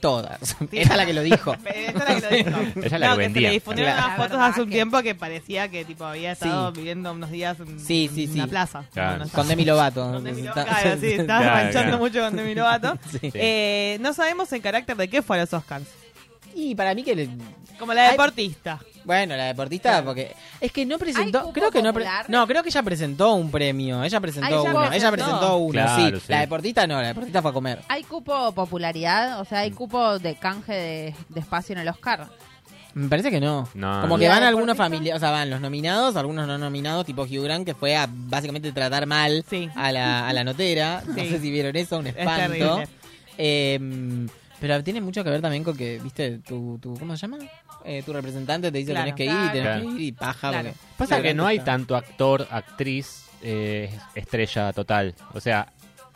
todas. Ella es la que lo dijo.
Esta es la que lo dijo.
Ella es la que
No, se
vendía.
le difundieron
Claro.
unas
La
fotos
verdad
hace un
que-
tiempo que parecía que tipo había estado viviendo unos días en,
Sí, sí,
en
sí.
una plaza.
Claro.
No, no
Con
sé.
Demi Lovato.
Con Demi Lovato,
Está-
claro, sí, estaba
Claro,
manchando
claro.
mucho con Demi Lovato.
Sí.
Eh, no sabemos en carácter de qué fue a los Oscars.
Y para mí que... le-
Como la
Ay.
deportista.
Bueno, la deportista, porque... Es que no
¿Hay
presentó...
cupo
Creo que no... pre-
popular?
No, creo que ella presentó un premio. Ella
Ah,
presentó
ella
uno. Ella
presentó.
presentó uno,
Claro,
sí.
sí.
La deportista no, la deportista fue a comer.
¿Hay cupo popularidad? O sea,
Mm.
¿hay cupo de canje de, de espacio en el Oscar?
Me parece que no.
No,
Como
no.
que
¿La
van algunos
deportista?
familiares, o sea, van los nominados, algunos no nominados, tipo Hugh Grant, que fue a básicamente tratar mal
Sí.
a, la, a la notera. No
Sí.
sé si vieron eso, un
Es
espanto.
terrible.
Eh, pero tiene mucho que ver también con que, viste, tu, tu ¿cómo se llama? Eh, tu representante te dice
Claro.
tenés que ir, y tenés
Claro.
que ir y paja.
Claro.
porque-
Pasa
Hugh
que
Grant
no hay
está-
tanto actor, actriz, eh, estrella total. O sea,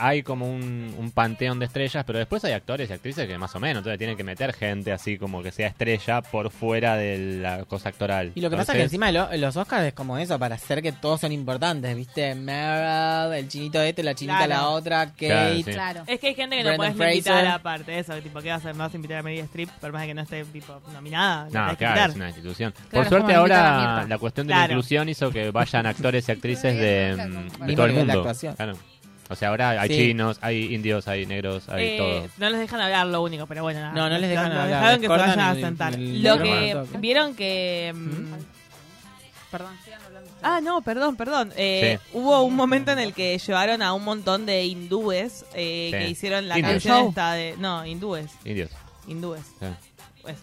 hay como un, un panteón de estrellas, pero después hay actores y actrices que más o menos, entonces tienen que meter gente así como que sea estrella por fuera de la cosa actoral.
Y lo que pasa es que
Entonces,
encima lo- los Oscars es como eso, para hacer que todos son importantes, viste, Meryl, el chinito este, la chinita
Claro.
la otra, Kate.
Claro, sí.
Claro.
Es que hay gente que
Brandon
no puedes invitar
Fraser.
aparte de eso. que Tipo, ¿qué vas a hacer? ¿No vas a invitar a Meryl Streep? Por más de que no esté tipo nominada. No,
No,
tenés que
claro, es
invitar.
una institución.
Claro,
Por
es
suerte
como invitar a
ahora
Mirta.
la cuestión de
Claro.
la inclusión hizo que vayan actores y actrices de, mm, de
Mismo
todo el
nivel de
mundo.
actuación.
Claro. O sea, ahora hay
Sí.
chinos, hay indios, hay negros, hay
Eh,
todo.
no les dejan hablar lo único, pero bueno. nada.
No, no les dejan
Lo- lo
hablar,
Dejaron
les
que se
cortan
vayan a
el-
sentar.
el
lo
micrófono.
que vieron que... mm,
Perdón, sigan hablando.
Ah, no, perdón, perdón. Eh, Hubo un momento en el que llevaron a un montón de hindúes eh,
Sí.
que hicieron la
Indios.
canción
Show.
esta de... No, hindúes,
Indios.
hindúes.
claro.
pues,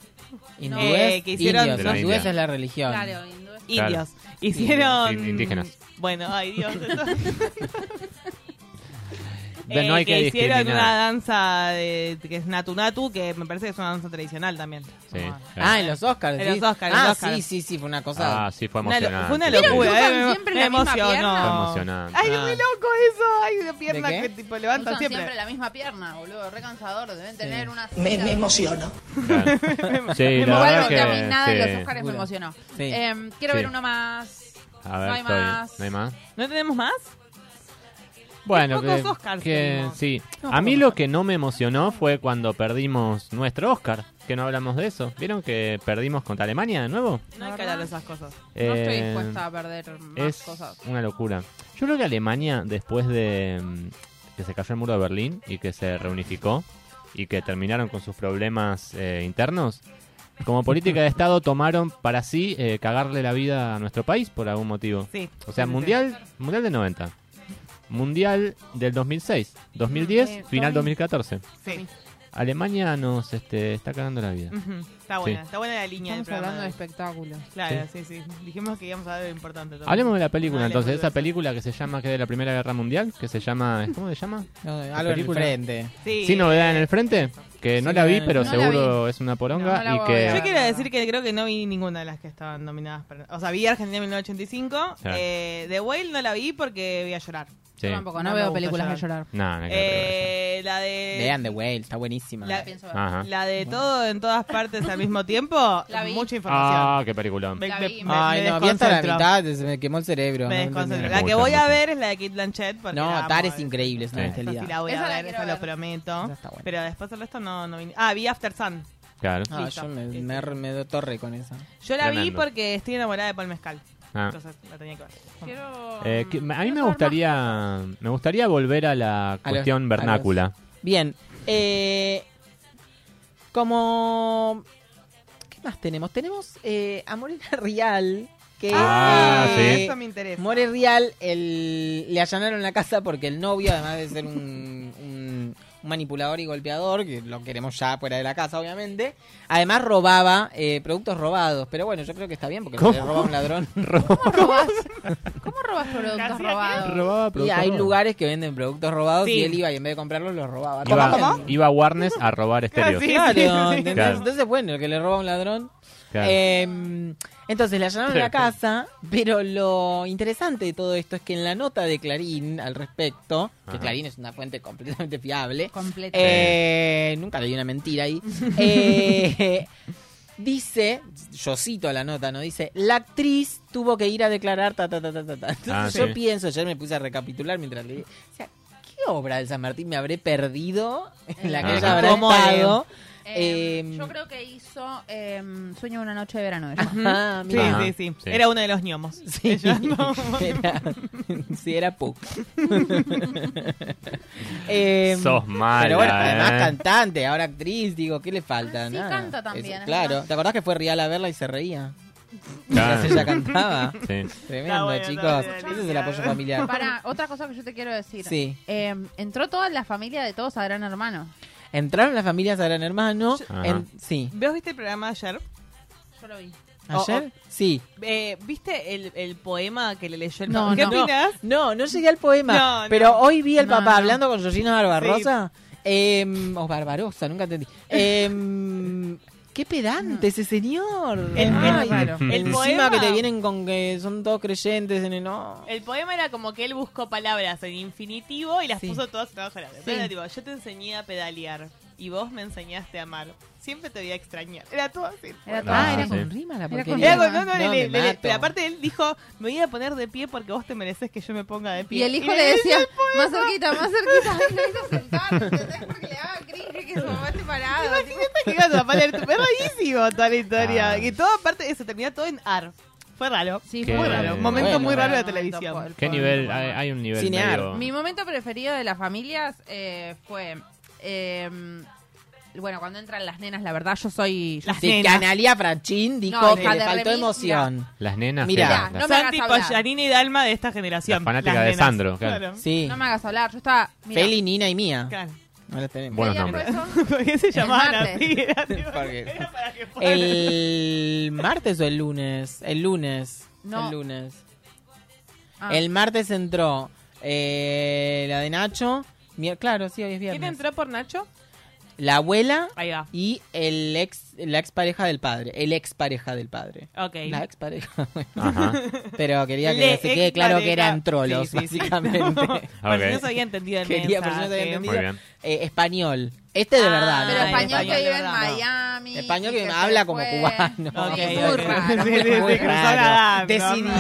Hindúes,
Eh, que hicieron-
indios,
De la
los
India.
hindúes es la religión.
Claro, hindúes.
Claro.
Indios. Hicieron...
Ind- indígenas.
Bueno, ay Dios.
no
Eh,
hay que,
hicieron
discriminar.
una danza de- que es Natu Natu, que me parece que es una danza tradicional también.
Sí,
Como-
claro.
Ah, en los Oscars.
Eh. En
sí.
los Oscars, en
Ah,
los Oscars.
sí, sí, sí, fue una cosa.
Ah, sí, fue
Una lo-
emocionante.
fue una
¿Vieron que
locura,
usan
eh,
siempre
me
la misma
emocionó.
pierna?
Fue emocionante.
Ay,
Ah.
muy loco eso, ay, una pierna
¿De qué?
que tipo levanta
Usan siempre.
siempre.
la misma pierna, boludo. Re cansador. Deben tener una...
Me, me emociono.
Claro. Sí, la
¿eh? Igual
verdad
porque a mí nada
que.
en
sí.
los Oscars me
Juro.
emocionó.
Sí.
Em, quiero
Sí.
ver uno más.
A ver,
no hay
estoy-
más.
¿No hay más?
¿No tenemos más?
Bueno,
pocos
que,
Oscars
que-
tenemos.
sí. A mí lo que no me emocionó fue cuando perdimos nuestro Oscar, que no hablamos de eso. ¿Vieron que perdimos contra Alemania de nuevo?
No hay
La
que
verdad.
hablar de esas cosas.
No estoy
Eh,
dispuesta a perder más
Es
cosas.
una locura. Yo creo que Alemania, después de mm, que se cayó el muro de Berlín y que se reunificó y que terminaron con sus problemas eh, internos, como política de Estado tomaron para sí eh, cagarle la vida a nuestro país por algún motivo.
Sí.
O sea,
Sí, sí,
mundial, mundial del 90. Mundial del 2006, 2010,
Eh,
final
2000.
2014.
Sí.
Alemania nos este, está cagando la vida.
Ujú. Está
Sí.
buena, está buena la línea
Estamos
del programa.
hablando de espectáculos.
Claro, sí. sí, Dijimos que íbamos a hablar de lo importante. también.
Hablemos de la película
Dale,
entonces, de esa
boludo.
película que se llama, que es de la Primera Guerra Mundial, que se llama, ¿cómo se llama?
No,
¿La
algo en el
película?
frente.
Sí.
Sí, novedad en el frente, que no
Sí,
la vi,
novedad en el
pero
frente.
No la
seguro es una poronga
No, no la
y
voy a
que...
ver.
Yo quiero decir que creo que no vi ninguna de las que estaban nominadas. para- O sea, vi Argentina 1985.
Claro.
eh, The Whale no la vi porque voy a llorar.
Sí.
Yo tampoco, no,
No me
veo
gusta
películas de
llorar.
llorar.
No, no hay Ah, que ver.
Eh, la de.
Vean The Whale, está buenísima.
La-
Pienso ver.
Ajá.
La de todo en todas partes al mismo tiempo,
La vi.
mucha información.
Ah, qué película.
me,
La
me-
vi.
me-
Ay,
me
no, vi hasta la
desconcentro.
mitad, se me quemó el
Me
cerebro. no lo entendí.
desconcentro.
Me
La que
gusta
voy a
mucho.
ver es la de Kate Blanchett. Porque la
No,
amo.
Tar es increíble, es una
Sí.
Esa sí
bestialidad.
la voy a
Esa la
ver,
quiero
esa lo
ver.
prometo.
Esa está buena.
Pero después el resto no, no vi. Ah, vi After Sun.
Claro.
Ah,
Listo. Este,
yo me,
Sí, sí.
me, me doy torre con esa.
Yo la vi
Tremendo.
porque estoy enamorada de Paul Mezcal.
Ah.
Entonces la tenía que ver.
Quiero,
Eh, que- a
quiero
mí me
saber
gustaría me gustaría volver a la
los-
cuestión
a los-
vernácula.
Bien. eh, como. ¿Qué más tenemos? Tenemos eh, a Morena Rial. Que,
Ah, sí.
Eh, Eso me interesa.
More Rial el- le allanaron la casa porque el novio, además de ser un, un- un manipulador y golpeador, que lo queremos ya fuera de la casa, obviamente, además robaba eh, productos robados. Pero bueno, yo creo que está bien porque
¿Cómo?
se le roba a un ladrón.
¿Cómo robás, ¿Cómo robás productos robados?
Robaba
Y
productos
hay
robados.
lugares que venden productos robados
Sí.
y él iba y en vez de comprarlos los robaba.
Iba,
también.
iba a Warnes a robar estéreos.
Casi.
Claro,
Sí, sí, sí.
¿entendés?
Claro.
Entonces, bueno, lo que le roba a un ladrón.
Claro.
Eh, entonces le allanaron la casa, pero lo interesante de todo esto es que en la nota de Clarín al respecto, que
Ajá.
Clarín es una fuente completamente fiable,
Completo.
eh, nunca leí una mentira ahí, eh, dice, yo cito la nota, ¿no? Dice, la actriz tuvo que ir a declarar ta, ta, ta, ta, ta, ta". Entonces
Ah,
yo
sí.
pienso, ayer me puse a recapitular mientras leí, o sea, ¿qué obra de San Martín me habré perdido en la que
Ajá.
ella habrá
¿Cómo de-
estado?
Eh,
Em,
yo creo que hizo em, Sueño de una noche de verano. era.
Ah,
Sí,
mira.
Ajá.
sí, sí,
Sí.
Era uno de los ñomos.
Sí,
Ella no-
era, sí, era Puck. Em,
Sos mala,
Pero bueno, además
eh.
cantante, ahora actriz, digo, ¿qué le falta?
Ah, sí,
Nada.
canta también, es
claro,
verdad.
¿te acordás que fue real a verla y se reía?
Claro.
Mientras ella cantaba.
Sí.
Tremendo,
bueno,
chicos.
está bien,
Ese es el apoyo familiar.
Para, otra cosa que yo te quiero decir.
Sí.
Em, entró toda la familia de todos a Gran Hermano.
Entraron las familias a Gran Hermano.
Ajá.
en- sí.
¿Vos viste el programa ayer?
Yo lo vi.
Oh,
¿Ayer? Sí.
Eh, ¿Viste el, el poema que le leyó el
No,
papá? ¿Qué
no.
opinás?
No, no llegué al poema.
No, no.
Pero hoy vi al
No,
papá
no.
hablando con Georgina Barbarosa. em, o Barbarosa, nunca entendí. Em, qué pedante ese señor.
El- el-
raro.
el
encima
poema- Ah,
que te vienen con que son todos creyentes en el no.
El poema era como que él buscó palabras en infinitivo y las
Sí.
puso todas abajo de la Pero era tipo, yo te enseñé a pedalear y vos me enseñaste a amar. Siempre te voy a extrañar. Era todo así.
Era todo.
Ah,
ah, era
sí.
con rima la
Era con
porquería.
Era como- no, no,
No,
le-
me
le- le-
mato.
pero aparte él dijo, me voy a poner de pie porque vos te mereces que yo me ponga de pie.
Y el hijo le decía, más cerquita, más cerquita. Y lo hizo sentar, ¿entendés? Porque le daba cringe que su mamá esté parado. tipo,
Que iba a tu papá a leer tu- Es rarísimo toda la historia.
Ah.
Y todo aparte eso, terminó todo en ar. Fue raro.
Sí,
Qué-
fue
Muy
raro.
raro. Un momento
Bueno,
muy raro de
momento,
televisión.
Paul.
¿Qué nivel? Hay, hay un nivel
Cinear.
medio-
Mi momento preferido de las familias eh, fue. eh, bueno, cuando entran las nenas, la verdad, yo soy. yo
Las
Sí, que
nenas.
Analia Franchín dijo
No,
que
hija
le
de
faltó
remil,
emoción.
Las nenas.
Mirá,
eran
no
las-
me
Son
hagas
tipo
hablar.
Yanina y Dalma de esta generación.
Las fanáticas
las
de
nenas.
Sandro, claro.
Sí.
No me hagas hablar, yo estaba. mira,
Feli, Nina y Mía.
Claro.
No las tenemos.
Buenos
¿qué día
nombres.
fue eso?
¿Por qué se llamaban
martes.
así? Era tipo-
Porque-
era para que fuera.
¿El martes o el lunes? El lunes.
No.
El lunes.
Ah,
El martes entró eh, la de Nacho. Mier- Claro, sí, hoy es
¿Quién
viernes.
entró por Nacho?
La abuela
Ahí va.
y el ex, la expareja del padre. El expareja del padre.
Ah, Ok.
La expareja. bueno.
Ajá.
Pero quería que
Le
se quede claro que
expareja.
eran trolos,
Sí, sí, sí.
básicamente.
Por si no
Ok.
se había entendido el
Quería, por si no se
mensaje.
había
Muy
entendido.
bien.
Eh, español. Este de
Ah,
verdad.
Pero
Ah,
¿no?
español que
español,
vive en
no.
Miami.
Español
y
que
se
habla como
fue.
cubano.
Sí,
Ok,
es
ok.
muy raro.
Sí, sí,
muy
sí, cruzó
raro.
la-
Decidido.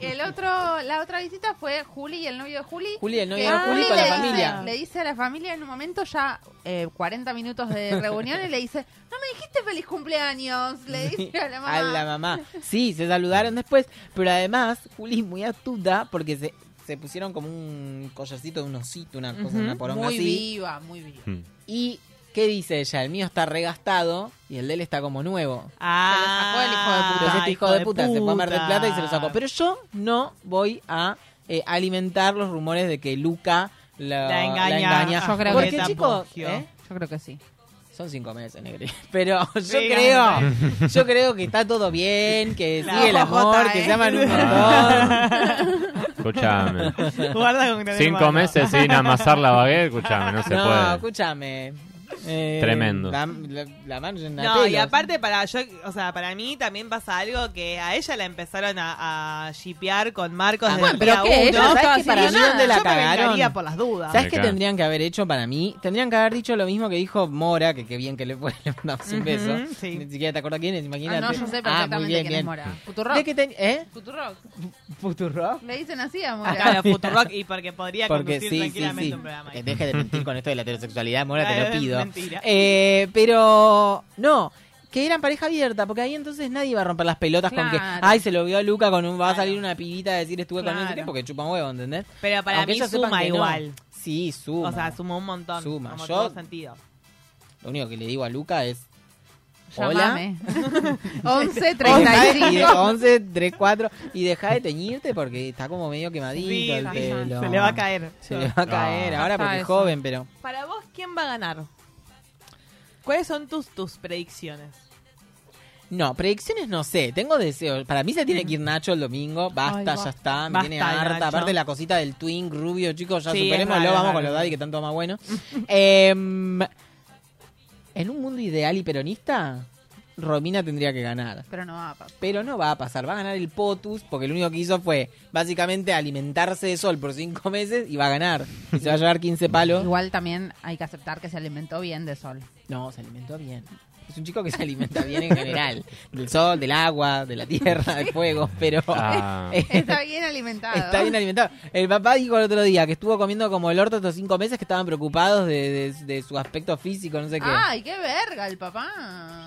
Y el otro, la otra visita fue Juli y el novio de Juli.
Juli, el novio
que
de Juli con
Ah. le
la
dice-
familia.
Le dice a la familia en un momento ya eh, 40 minutos de reunión y le dice, no me dijiste feliz cumpleaños. Le dice a la mamá.
A la mamá. Sí, se saludaron después. Pero además, Juli es muy astuta porque se, se pusieron como un collarcito de un osito, una cosa,
Ujú.
una poronga
muy
así.
viva, muy viva.
Mm.
Y ¿Qué dice ella? El mío está regastado y el de él está como nuevo.
Ah,
se lo sacó el hijo de puta.
Entonces este hijo de puta, se fue a Mar del Plata y se lo sacó. Pero yo no voy a eh, alimentar los rumores de que Luca la,
La engaña.
Yo creo
Porque,
que
chicos,
Tapogio.
¿eh?
Yo creo que sí.
son cinco meses, Negri. Pero yo
Sí,
creo, yo creo que está todo bien, que
La
sigue el amor,
OJ,
que
¿eh?
se aman un montón.
Escúchame.
Guarda con gran
Cinco
hermano.
meses sin amasar la baguette, escúchame, no se
no,
puede.
escúchame. Eh,
Tremendo.
La, la, la mano llena de
No, y
pelos.
aparte para yo, o sea, para mí también pasa algo que a ella la empezaron a, a shippear con Marcos
Ah,
desde
bueno,
el día
pero ¿qué?
uno.
Ella
No
sabe
estaba
que para
haciendo
mí
nada.
dónde la
Yo me
cagaron.
vengaría por las dudas.
¿Sabes
Me
qué
cago.
tendrían que haber hecho para mí? Tendrían que haber dicho lo mismo que dijo Mora, que qué bien que le fue, le mandamos un
Ujú,
beso.
sí.
Ni siquiera te acuerdas quién es, imagínate.
Ah, no, yo sé
Ah,
perfectamente
muy bien,
quién
bien.
es Mora. Futurock.
¿De qué ten- ¿Eh?
Futurock.
¿Futurock?
Le dicen así a Mora.
Claro, Futurock y porque podría
Porque
conducir
sí, sí,
tranquilamente
sí.
un programa.
Que deje de mentir con esto de la heterosexualidad, Mora, te
Ah,
lo pido.
mentira.
Eh, pero, no, que eran pareja abierta, porque ahí entonces nadie va a romper las pelotas con que,
Claro.
ay, se lo vio a Luca con un, va a
Claro.
salir una pibita a decir estuve con él, no sé qué,
Claro.
porque chupa un huevo, ¿entendés?
Pero para
Aunque
mí
ellos sepan
suma
que no.
igual.
Sí, suma.
O sea, suma un montón.
Suma.
Como
Yo-
todo sentido.
Lo único que le digo a Luca es,
Llamame. 11
Y de
35.
11, 3, 4. Y deja de teñirte porque está como medio quemadito
Sí,
el
sí,
pelo.
Se le va a caer. Ah,
Se le va a
No.
caer. Ahora
Pasa
porque es
eso.
joven, pero.
Para vos, ¿quién va a ganar? ¿Cuáles son tus, tus predicciones?
No, predicciones no sé. Tengo deseos. Para mí se tiene que ir Nacho el domingo. Basta,
Ay,
ya
basta.
está. Me
Basta,
tiene harta.
Nacho.
Aparte la cosita del twin rubio, chicos. Ya
Sí, es
superémoslo.
raro,
vamos
raro.
con los daddy que tanto más bueno. Em, en un mundo ideal y peronista, Romina tendría que ganar.
Pero no va a pasar.
Pero no va a pasar, va a ganar el POTUS, porque lo único que hizo fue básicamente alimentarse de sol por cinco meses y va a ganar. Y se va a llevar 15 palos.
Igual también hay que aceptar que se alimentó bien de sol.
No, se alimentó bien. Es un chico que se alimenta bien en general. Del sol, del agua, de la tierra, del fuego, pero... eh,
Ah.
Está bien alimentado.
Está bien alimentado. El papá dijo el otro día que estuvo comiendo como el orto estos cinco meses que estaban preocupados de, de- de su aspecto físico, no sé qué.
Ay, qué verga el papá.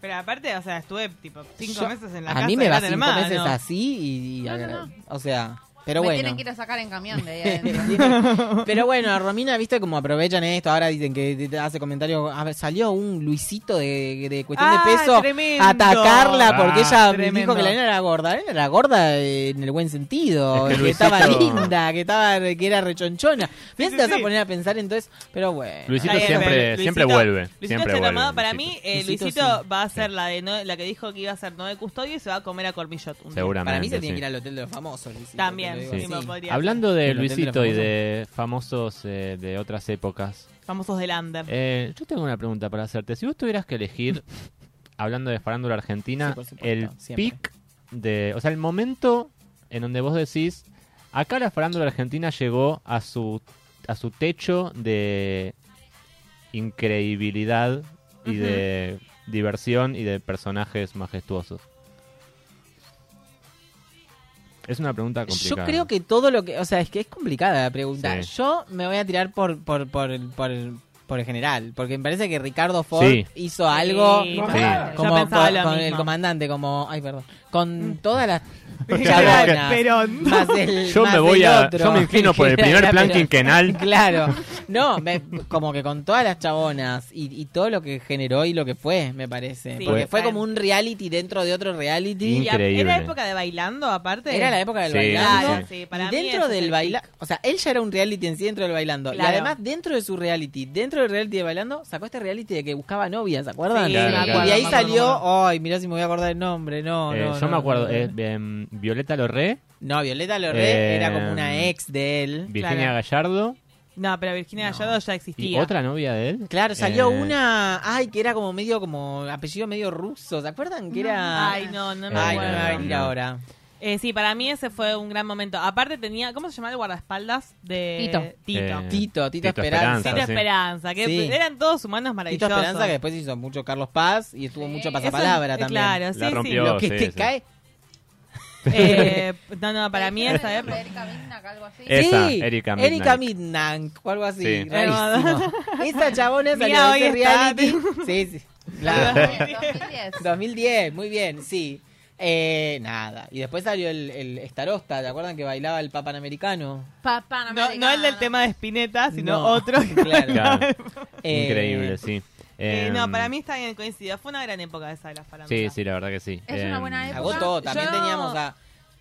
Pero aparte, o sea, estuve tipo cinco
Yo-
meses en la
a
casa.
mí me
de
va
gran
cinco
hermano.
meses así y... y-
No, no, no.
O sea, pero
Me
bueno.
tienen que ir a sacar en camión de ahí adentro.
Pero bueno, Romina, viste como aprovechan esto. Ahora dicen que te- te hace comentarios. A ver, salió un Luisito de, de cuestión
Ah,
de peso
tremendo.
a atacarla porque
Ah,
ella
tremendo.
dijo que la nena era gorda. La nena era gorda eh, en el buen sentido.
Es
que
que Luisito-
estaba linda, que estaba que era rechonchona. Mirá
Sí, sí,
si te vas a
sí.
poner a pensar entonces. Pero bueno.
Luisito
Está bien,
siempre-
pero
siempre vuelve,
Luisito
siempre
está
vuelve,
llamado. Para
Luisito.
mí, eh,
Luisito
Luisito,
sí.
va a ser la de no- la que dijo que iba a ser no de custodio y se va a comer a Cormillot. un día.
Seguramente.
Para mí se tiene
sí.
que ir al hotel de los famosos, Luisito,
También,
te lo
sí.
digo así.
podría
Hablando de
El hotel de los
Luisito y de famosos eh, de otras épocas,
Famosos del under.
eh, yo tengo una pregunta para hacerte. Si vos tuvieras que elegir, hablando de farándula argentina,
Sí, por supuesto,
el
siempre.
pic de. O sea, el momento en donde vos decís. Acá la farándula argentina llegó a su, a su techo de increíbilidad y de diversión y de personajes majestuosos. Es una pregunta
Yo
complicada.
creo que todo lo que. O sea, es que es complicada la pregunta.
Sí.
Yo me voy a tirar por, por, por, por, por el general, porque me parece que Ricardo Ford
Sí.
hizo algo.
Sí,
como-
sí. Yo
Como
pensaba
con,
lo
con el
mismo. Mm.
comandante, como. Ay, perdón. Con todas las.
General
chabonas,
Perón.
Más el,
Yo
más
me voy
el
a.
otro.
Yo me inclino por el primer
General
plan
Perón.
quinquenal.
Claro, no, me- como que con todas las chabonas y, y todo lo que generó y lo que fue, me parece.
Sí,
Porque fue
total.
como un reality dentro de otro reality.
Y a-
Increíble.
¿Era época de bailando aparte?
Era la época del
Sí,
bailando.
sí,
sí.
Y
Para mí
dentro
ese es
del
el
bailando,
pic.
o sea, él ya era un reality en sí dentro del bailando. Y
Claro.
además, dentro de su reality, dentro del reality de bailando, sacó este reality de que buscaba novia, ¿se acuerdan?
Sí,
Claro,
me
claro.
acuerdo,
Y ahí
me acuerdo, me
salió,
acuerdo.
ay, mirá si me voy a acordar el nombre, no,
Eh,
no.
yo
no,
me acuerdo,
no,
eh,
no.
em, Violeta Lorré,
No, Violeta Loré
Eh,
era como una ex de él.
Virginia
Claro.
Gallardo
No, pero Virginia
No.
Gallardo ya
y
existía.
otra novia de él.
Claro, salió
Eh,
una, ay, que era como medio, como apellido medio ruso, ¿se acuerdan? Que era...
Ay, no, no me
Ay, no me
acuerdo.
va a venir
No.
ahora.
Eh, sí, para mí ese fue un gran momento. Aparte tenía, ¿cómo se llamaba el guardaespaldas? De
Tito.
Tito.
Eh,
Tito, Tito,
Tito
Esperanza.
Esperanza.
Tito
sí.
Esperanza, que
Sí.
eran todos humanos
Tito
maravillosos.
Esperanza, que después hizo mucho Carlos Paz y estuvo mucho
Eso-
pasapalabra
Eso-
también.
Claro, sí,
La
sí.
rompió.
Lo que
sí,
te
sí.
cae
Eh, no, no, para mí esa época.
Erika Midnack, algo así.
Eh, Esa, Erika Midnight.
Erika Midnight, o algo así.
Sí.
rarísimo. Esa chabona salió
Mira,
de
hoy
ese
está.
reality. Sí, sí. Claro.
2010.
2010, muy bien, sí. Eh, nada. Y después salió el, el Starosta, ¿te acuerdan que bailaba el Papanamericano?
No, no el del tema de Spinetta, sino
No,
otro. que
claro.
bailaba.
Claro. Increíble, sí.
Eh,
Em,
no, para mí está bien coincidido. Fue una gran época esa de la farándula.
Sí, sí, la verdad que sí. Em,
Es una buena época.
Agotó, también
Yo-
teníamos a,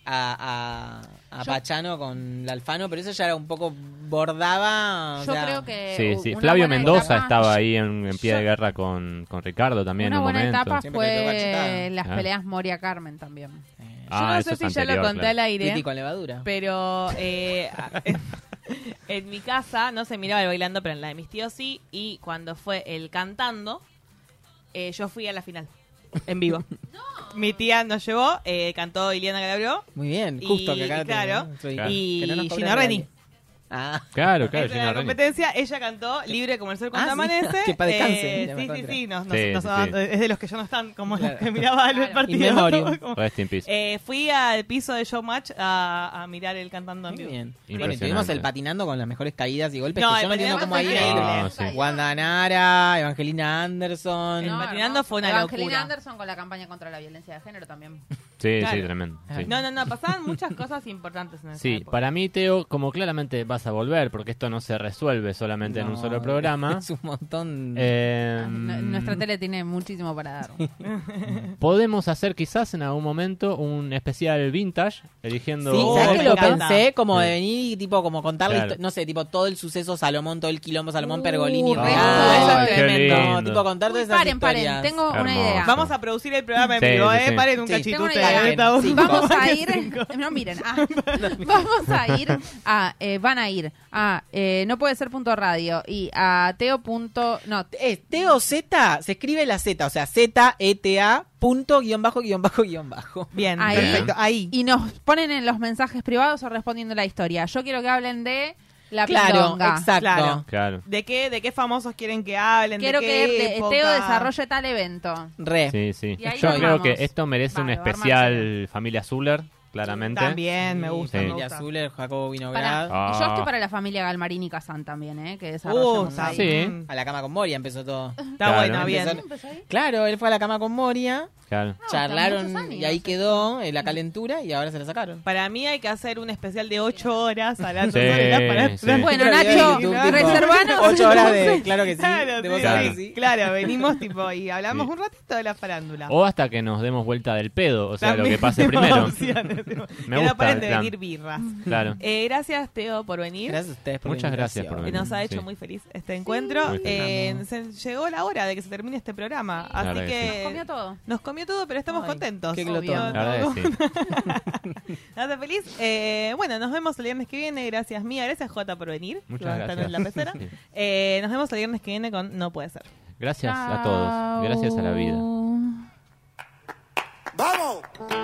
a, a, a
Yo-
Pachano con la Alfano, pero eso ya era un poco bordaba. o
Yo
sea,
creo que
Sí,
u-
sí.
una
Flavio
buena
Mendoza
etapa-
estaba ahí en, en pie de guerra con, con Ricardo también
Una
en un
buena
momento.
etapa fue las
Ah.
peleas Moria Carmen también.
Ah,
no
eso
sé
es
si ya lo
anterior,
conté
claro.
al aire.
Piti con levadura.
Pero eh, en mi casa no se miraba el bailando, pero en la de mis tíos sí. Y cuando fue el cantando, eh, yo fui a la final, en vivo. Mi tía nos llevó, eh, cantó Ileana Calabro.
Muy bien,
Y-
justo que acá
claro,
te- soy-
Claro.
y
que no nos
Gina
cobren
Reni.
reales. Ah.
Claro, claro,
Esa era
Gina
la
Reni.
competencia, ella cantó Libre como el sol cuando
Ah, sí.
amanece.
Que pa' descanse,
Eh,
la
sí, sí,
contra.
sí, nos- nos-
Sí,
nos-
sí, sí.
es de los que ya no están, como
Claro.
los que miraba el
Claro.
partido.
In memoriam.
Como-
Rest in peace.
Eh, fui al piso de Showmatch a, a mirar el cantando en
Muy
vivo.
bien. Bueno, y
Impresionante.
tuvimos el patinando con las mejores caídas y golpes
No,
que yo
el
no entiendo
patinando
cómo
fue
ahí
increíble.
era.
No, Ah, sí.
Wanda Nara, Evangelina Anderson.
El
No,
patinando
hermoso.
fue una
Evangelina
locura.
Anderson con la campaña contra la violencia de género también.
Sí, sí,
Claro.
tremendo. sí.
No, no, no, pasaban muchas cosas importantes en esa
Sí,
época.
para mí, Teo, como claramente vas a volver, porque esto no se resuelve solamente en un
No,
solo programa.
Es un montón.
eh,
N- Nuestra tele tiene muchísimo para dar.
Podemos hacer quizás en algún momento un especial vintage, eligiendo...
Sí,
Oh,
¿sabes
me
que lo
encanta.
pensé? Como
Sí.
de venir y tipo como contar la
Claro.
histo- no sé, tipo todo el suceso Salomón, todo el quilombo Salomón, Pergolini,
Uh, re
Real.
Ay,
Ah, qué
Tremendo.
lindo.
Tipo contar todas
Uy,
esas
paren,
historias.
paren, tengo una
Hermoso.
idea.
Vamos a producir el programa en
Sí,
vivo,
sí,
¿eh?
sí.
Paren un
Sí,
Tengo una
cachitute.
idea.
ahorita vos.
Sí,
Vamos
cinco.
a ir. No miren. ah. vamos a ir a. eh, van a ir a. eh, no puede ser punto radio y a teo. punto- No,
Es Eh, Teo Z, se escribe la Z, o sea, Z E T A punto guión bajo guión bajo guión bajo.
Bien,
Ahí.
perfecto. Ahí.
y nos ponen en los mensajes privados o respondiendo la historia. Yo quiero que hablen de la
Claro,
pindonga.
exacto.
Claro.
Claro.
¿De qué, ¿De qué famosos quieren que hablen?
Quiero
¿De
que
qué
de- eh,
época?
Teo desarrolle tal evento.
Re.
Sí, sí.
Y ahí
Yo
lo
creo
armamos.
que esto merece un
Vale, lo
especial Familia Zuller, claramente.
También, me gusta.
Sí.
me
Familia
gusta.
Zuller, Jacobo Vinograd.
Para-
Ah.
y yo estoy para la familia Galmarini Kazan también, ¿eh? Que
Uh,
desarrollemos
está,
ahí.
Sí.
mm,
A la cama con Moria empezó todo.
está
Claro.
bueno,
Empezó-
bien.
¿Empezó ahí?
Claro, él fue a la cama con Moria,
Claro.
Ah, o sea,
charlaron
muchos años.
y ahí quedó eh, la calentura y ahora se la sacaron.
Para mí hay que hacer un especial de 8 horas hablando
Sí,
sobre la farándula.
sí.
Bueno,
Claro,
Nacho,
y tú, tipo,
reservanos.
Ocho horas de,
entonces.
claro que sí,
Claro,
de
sí,
vos
claro,
sí, sí.
claro, venimos tipo y hablamos
Sí.
un ratito de la farándula.
O hasta que nos demos vuelta del pedo, o sea, lo
También
que pase
tenemos
primero.
opciones, tipo, que
gusta
no paren
el
de
plan.
venir birras.
Claro.
Eh, gracias, Teo, por venir.
Gracias a ustedes por
Muchas
la
gracias
invitación.
por
Que
venir.
Nos ha hecho
Sí.
muy feliz este encuentro.
Muy feliz.
Eh, se llegó la hora de que se termine este programa.
La
Así
verdad que
que.
Nos comió todo.
Nos comió todo, pero estamos
Ay,
contentos.
qué
Obvio,
glotón.
La verdad que sí.
Nada feliz. Eh, bueno, nos vemos el viernes que viene. Gracias, Mía. Gracias, Jota, por venir. que va
Muchas
a estar
gracias.
en la pecera.
Sí.
Eh, nos vemos el viernes que viene con No Puede Ser.
Gracias a todos. Gracias a la vida.
Chao.
¡Vamos!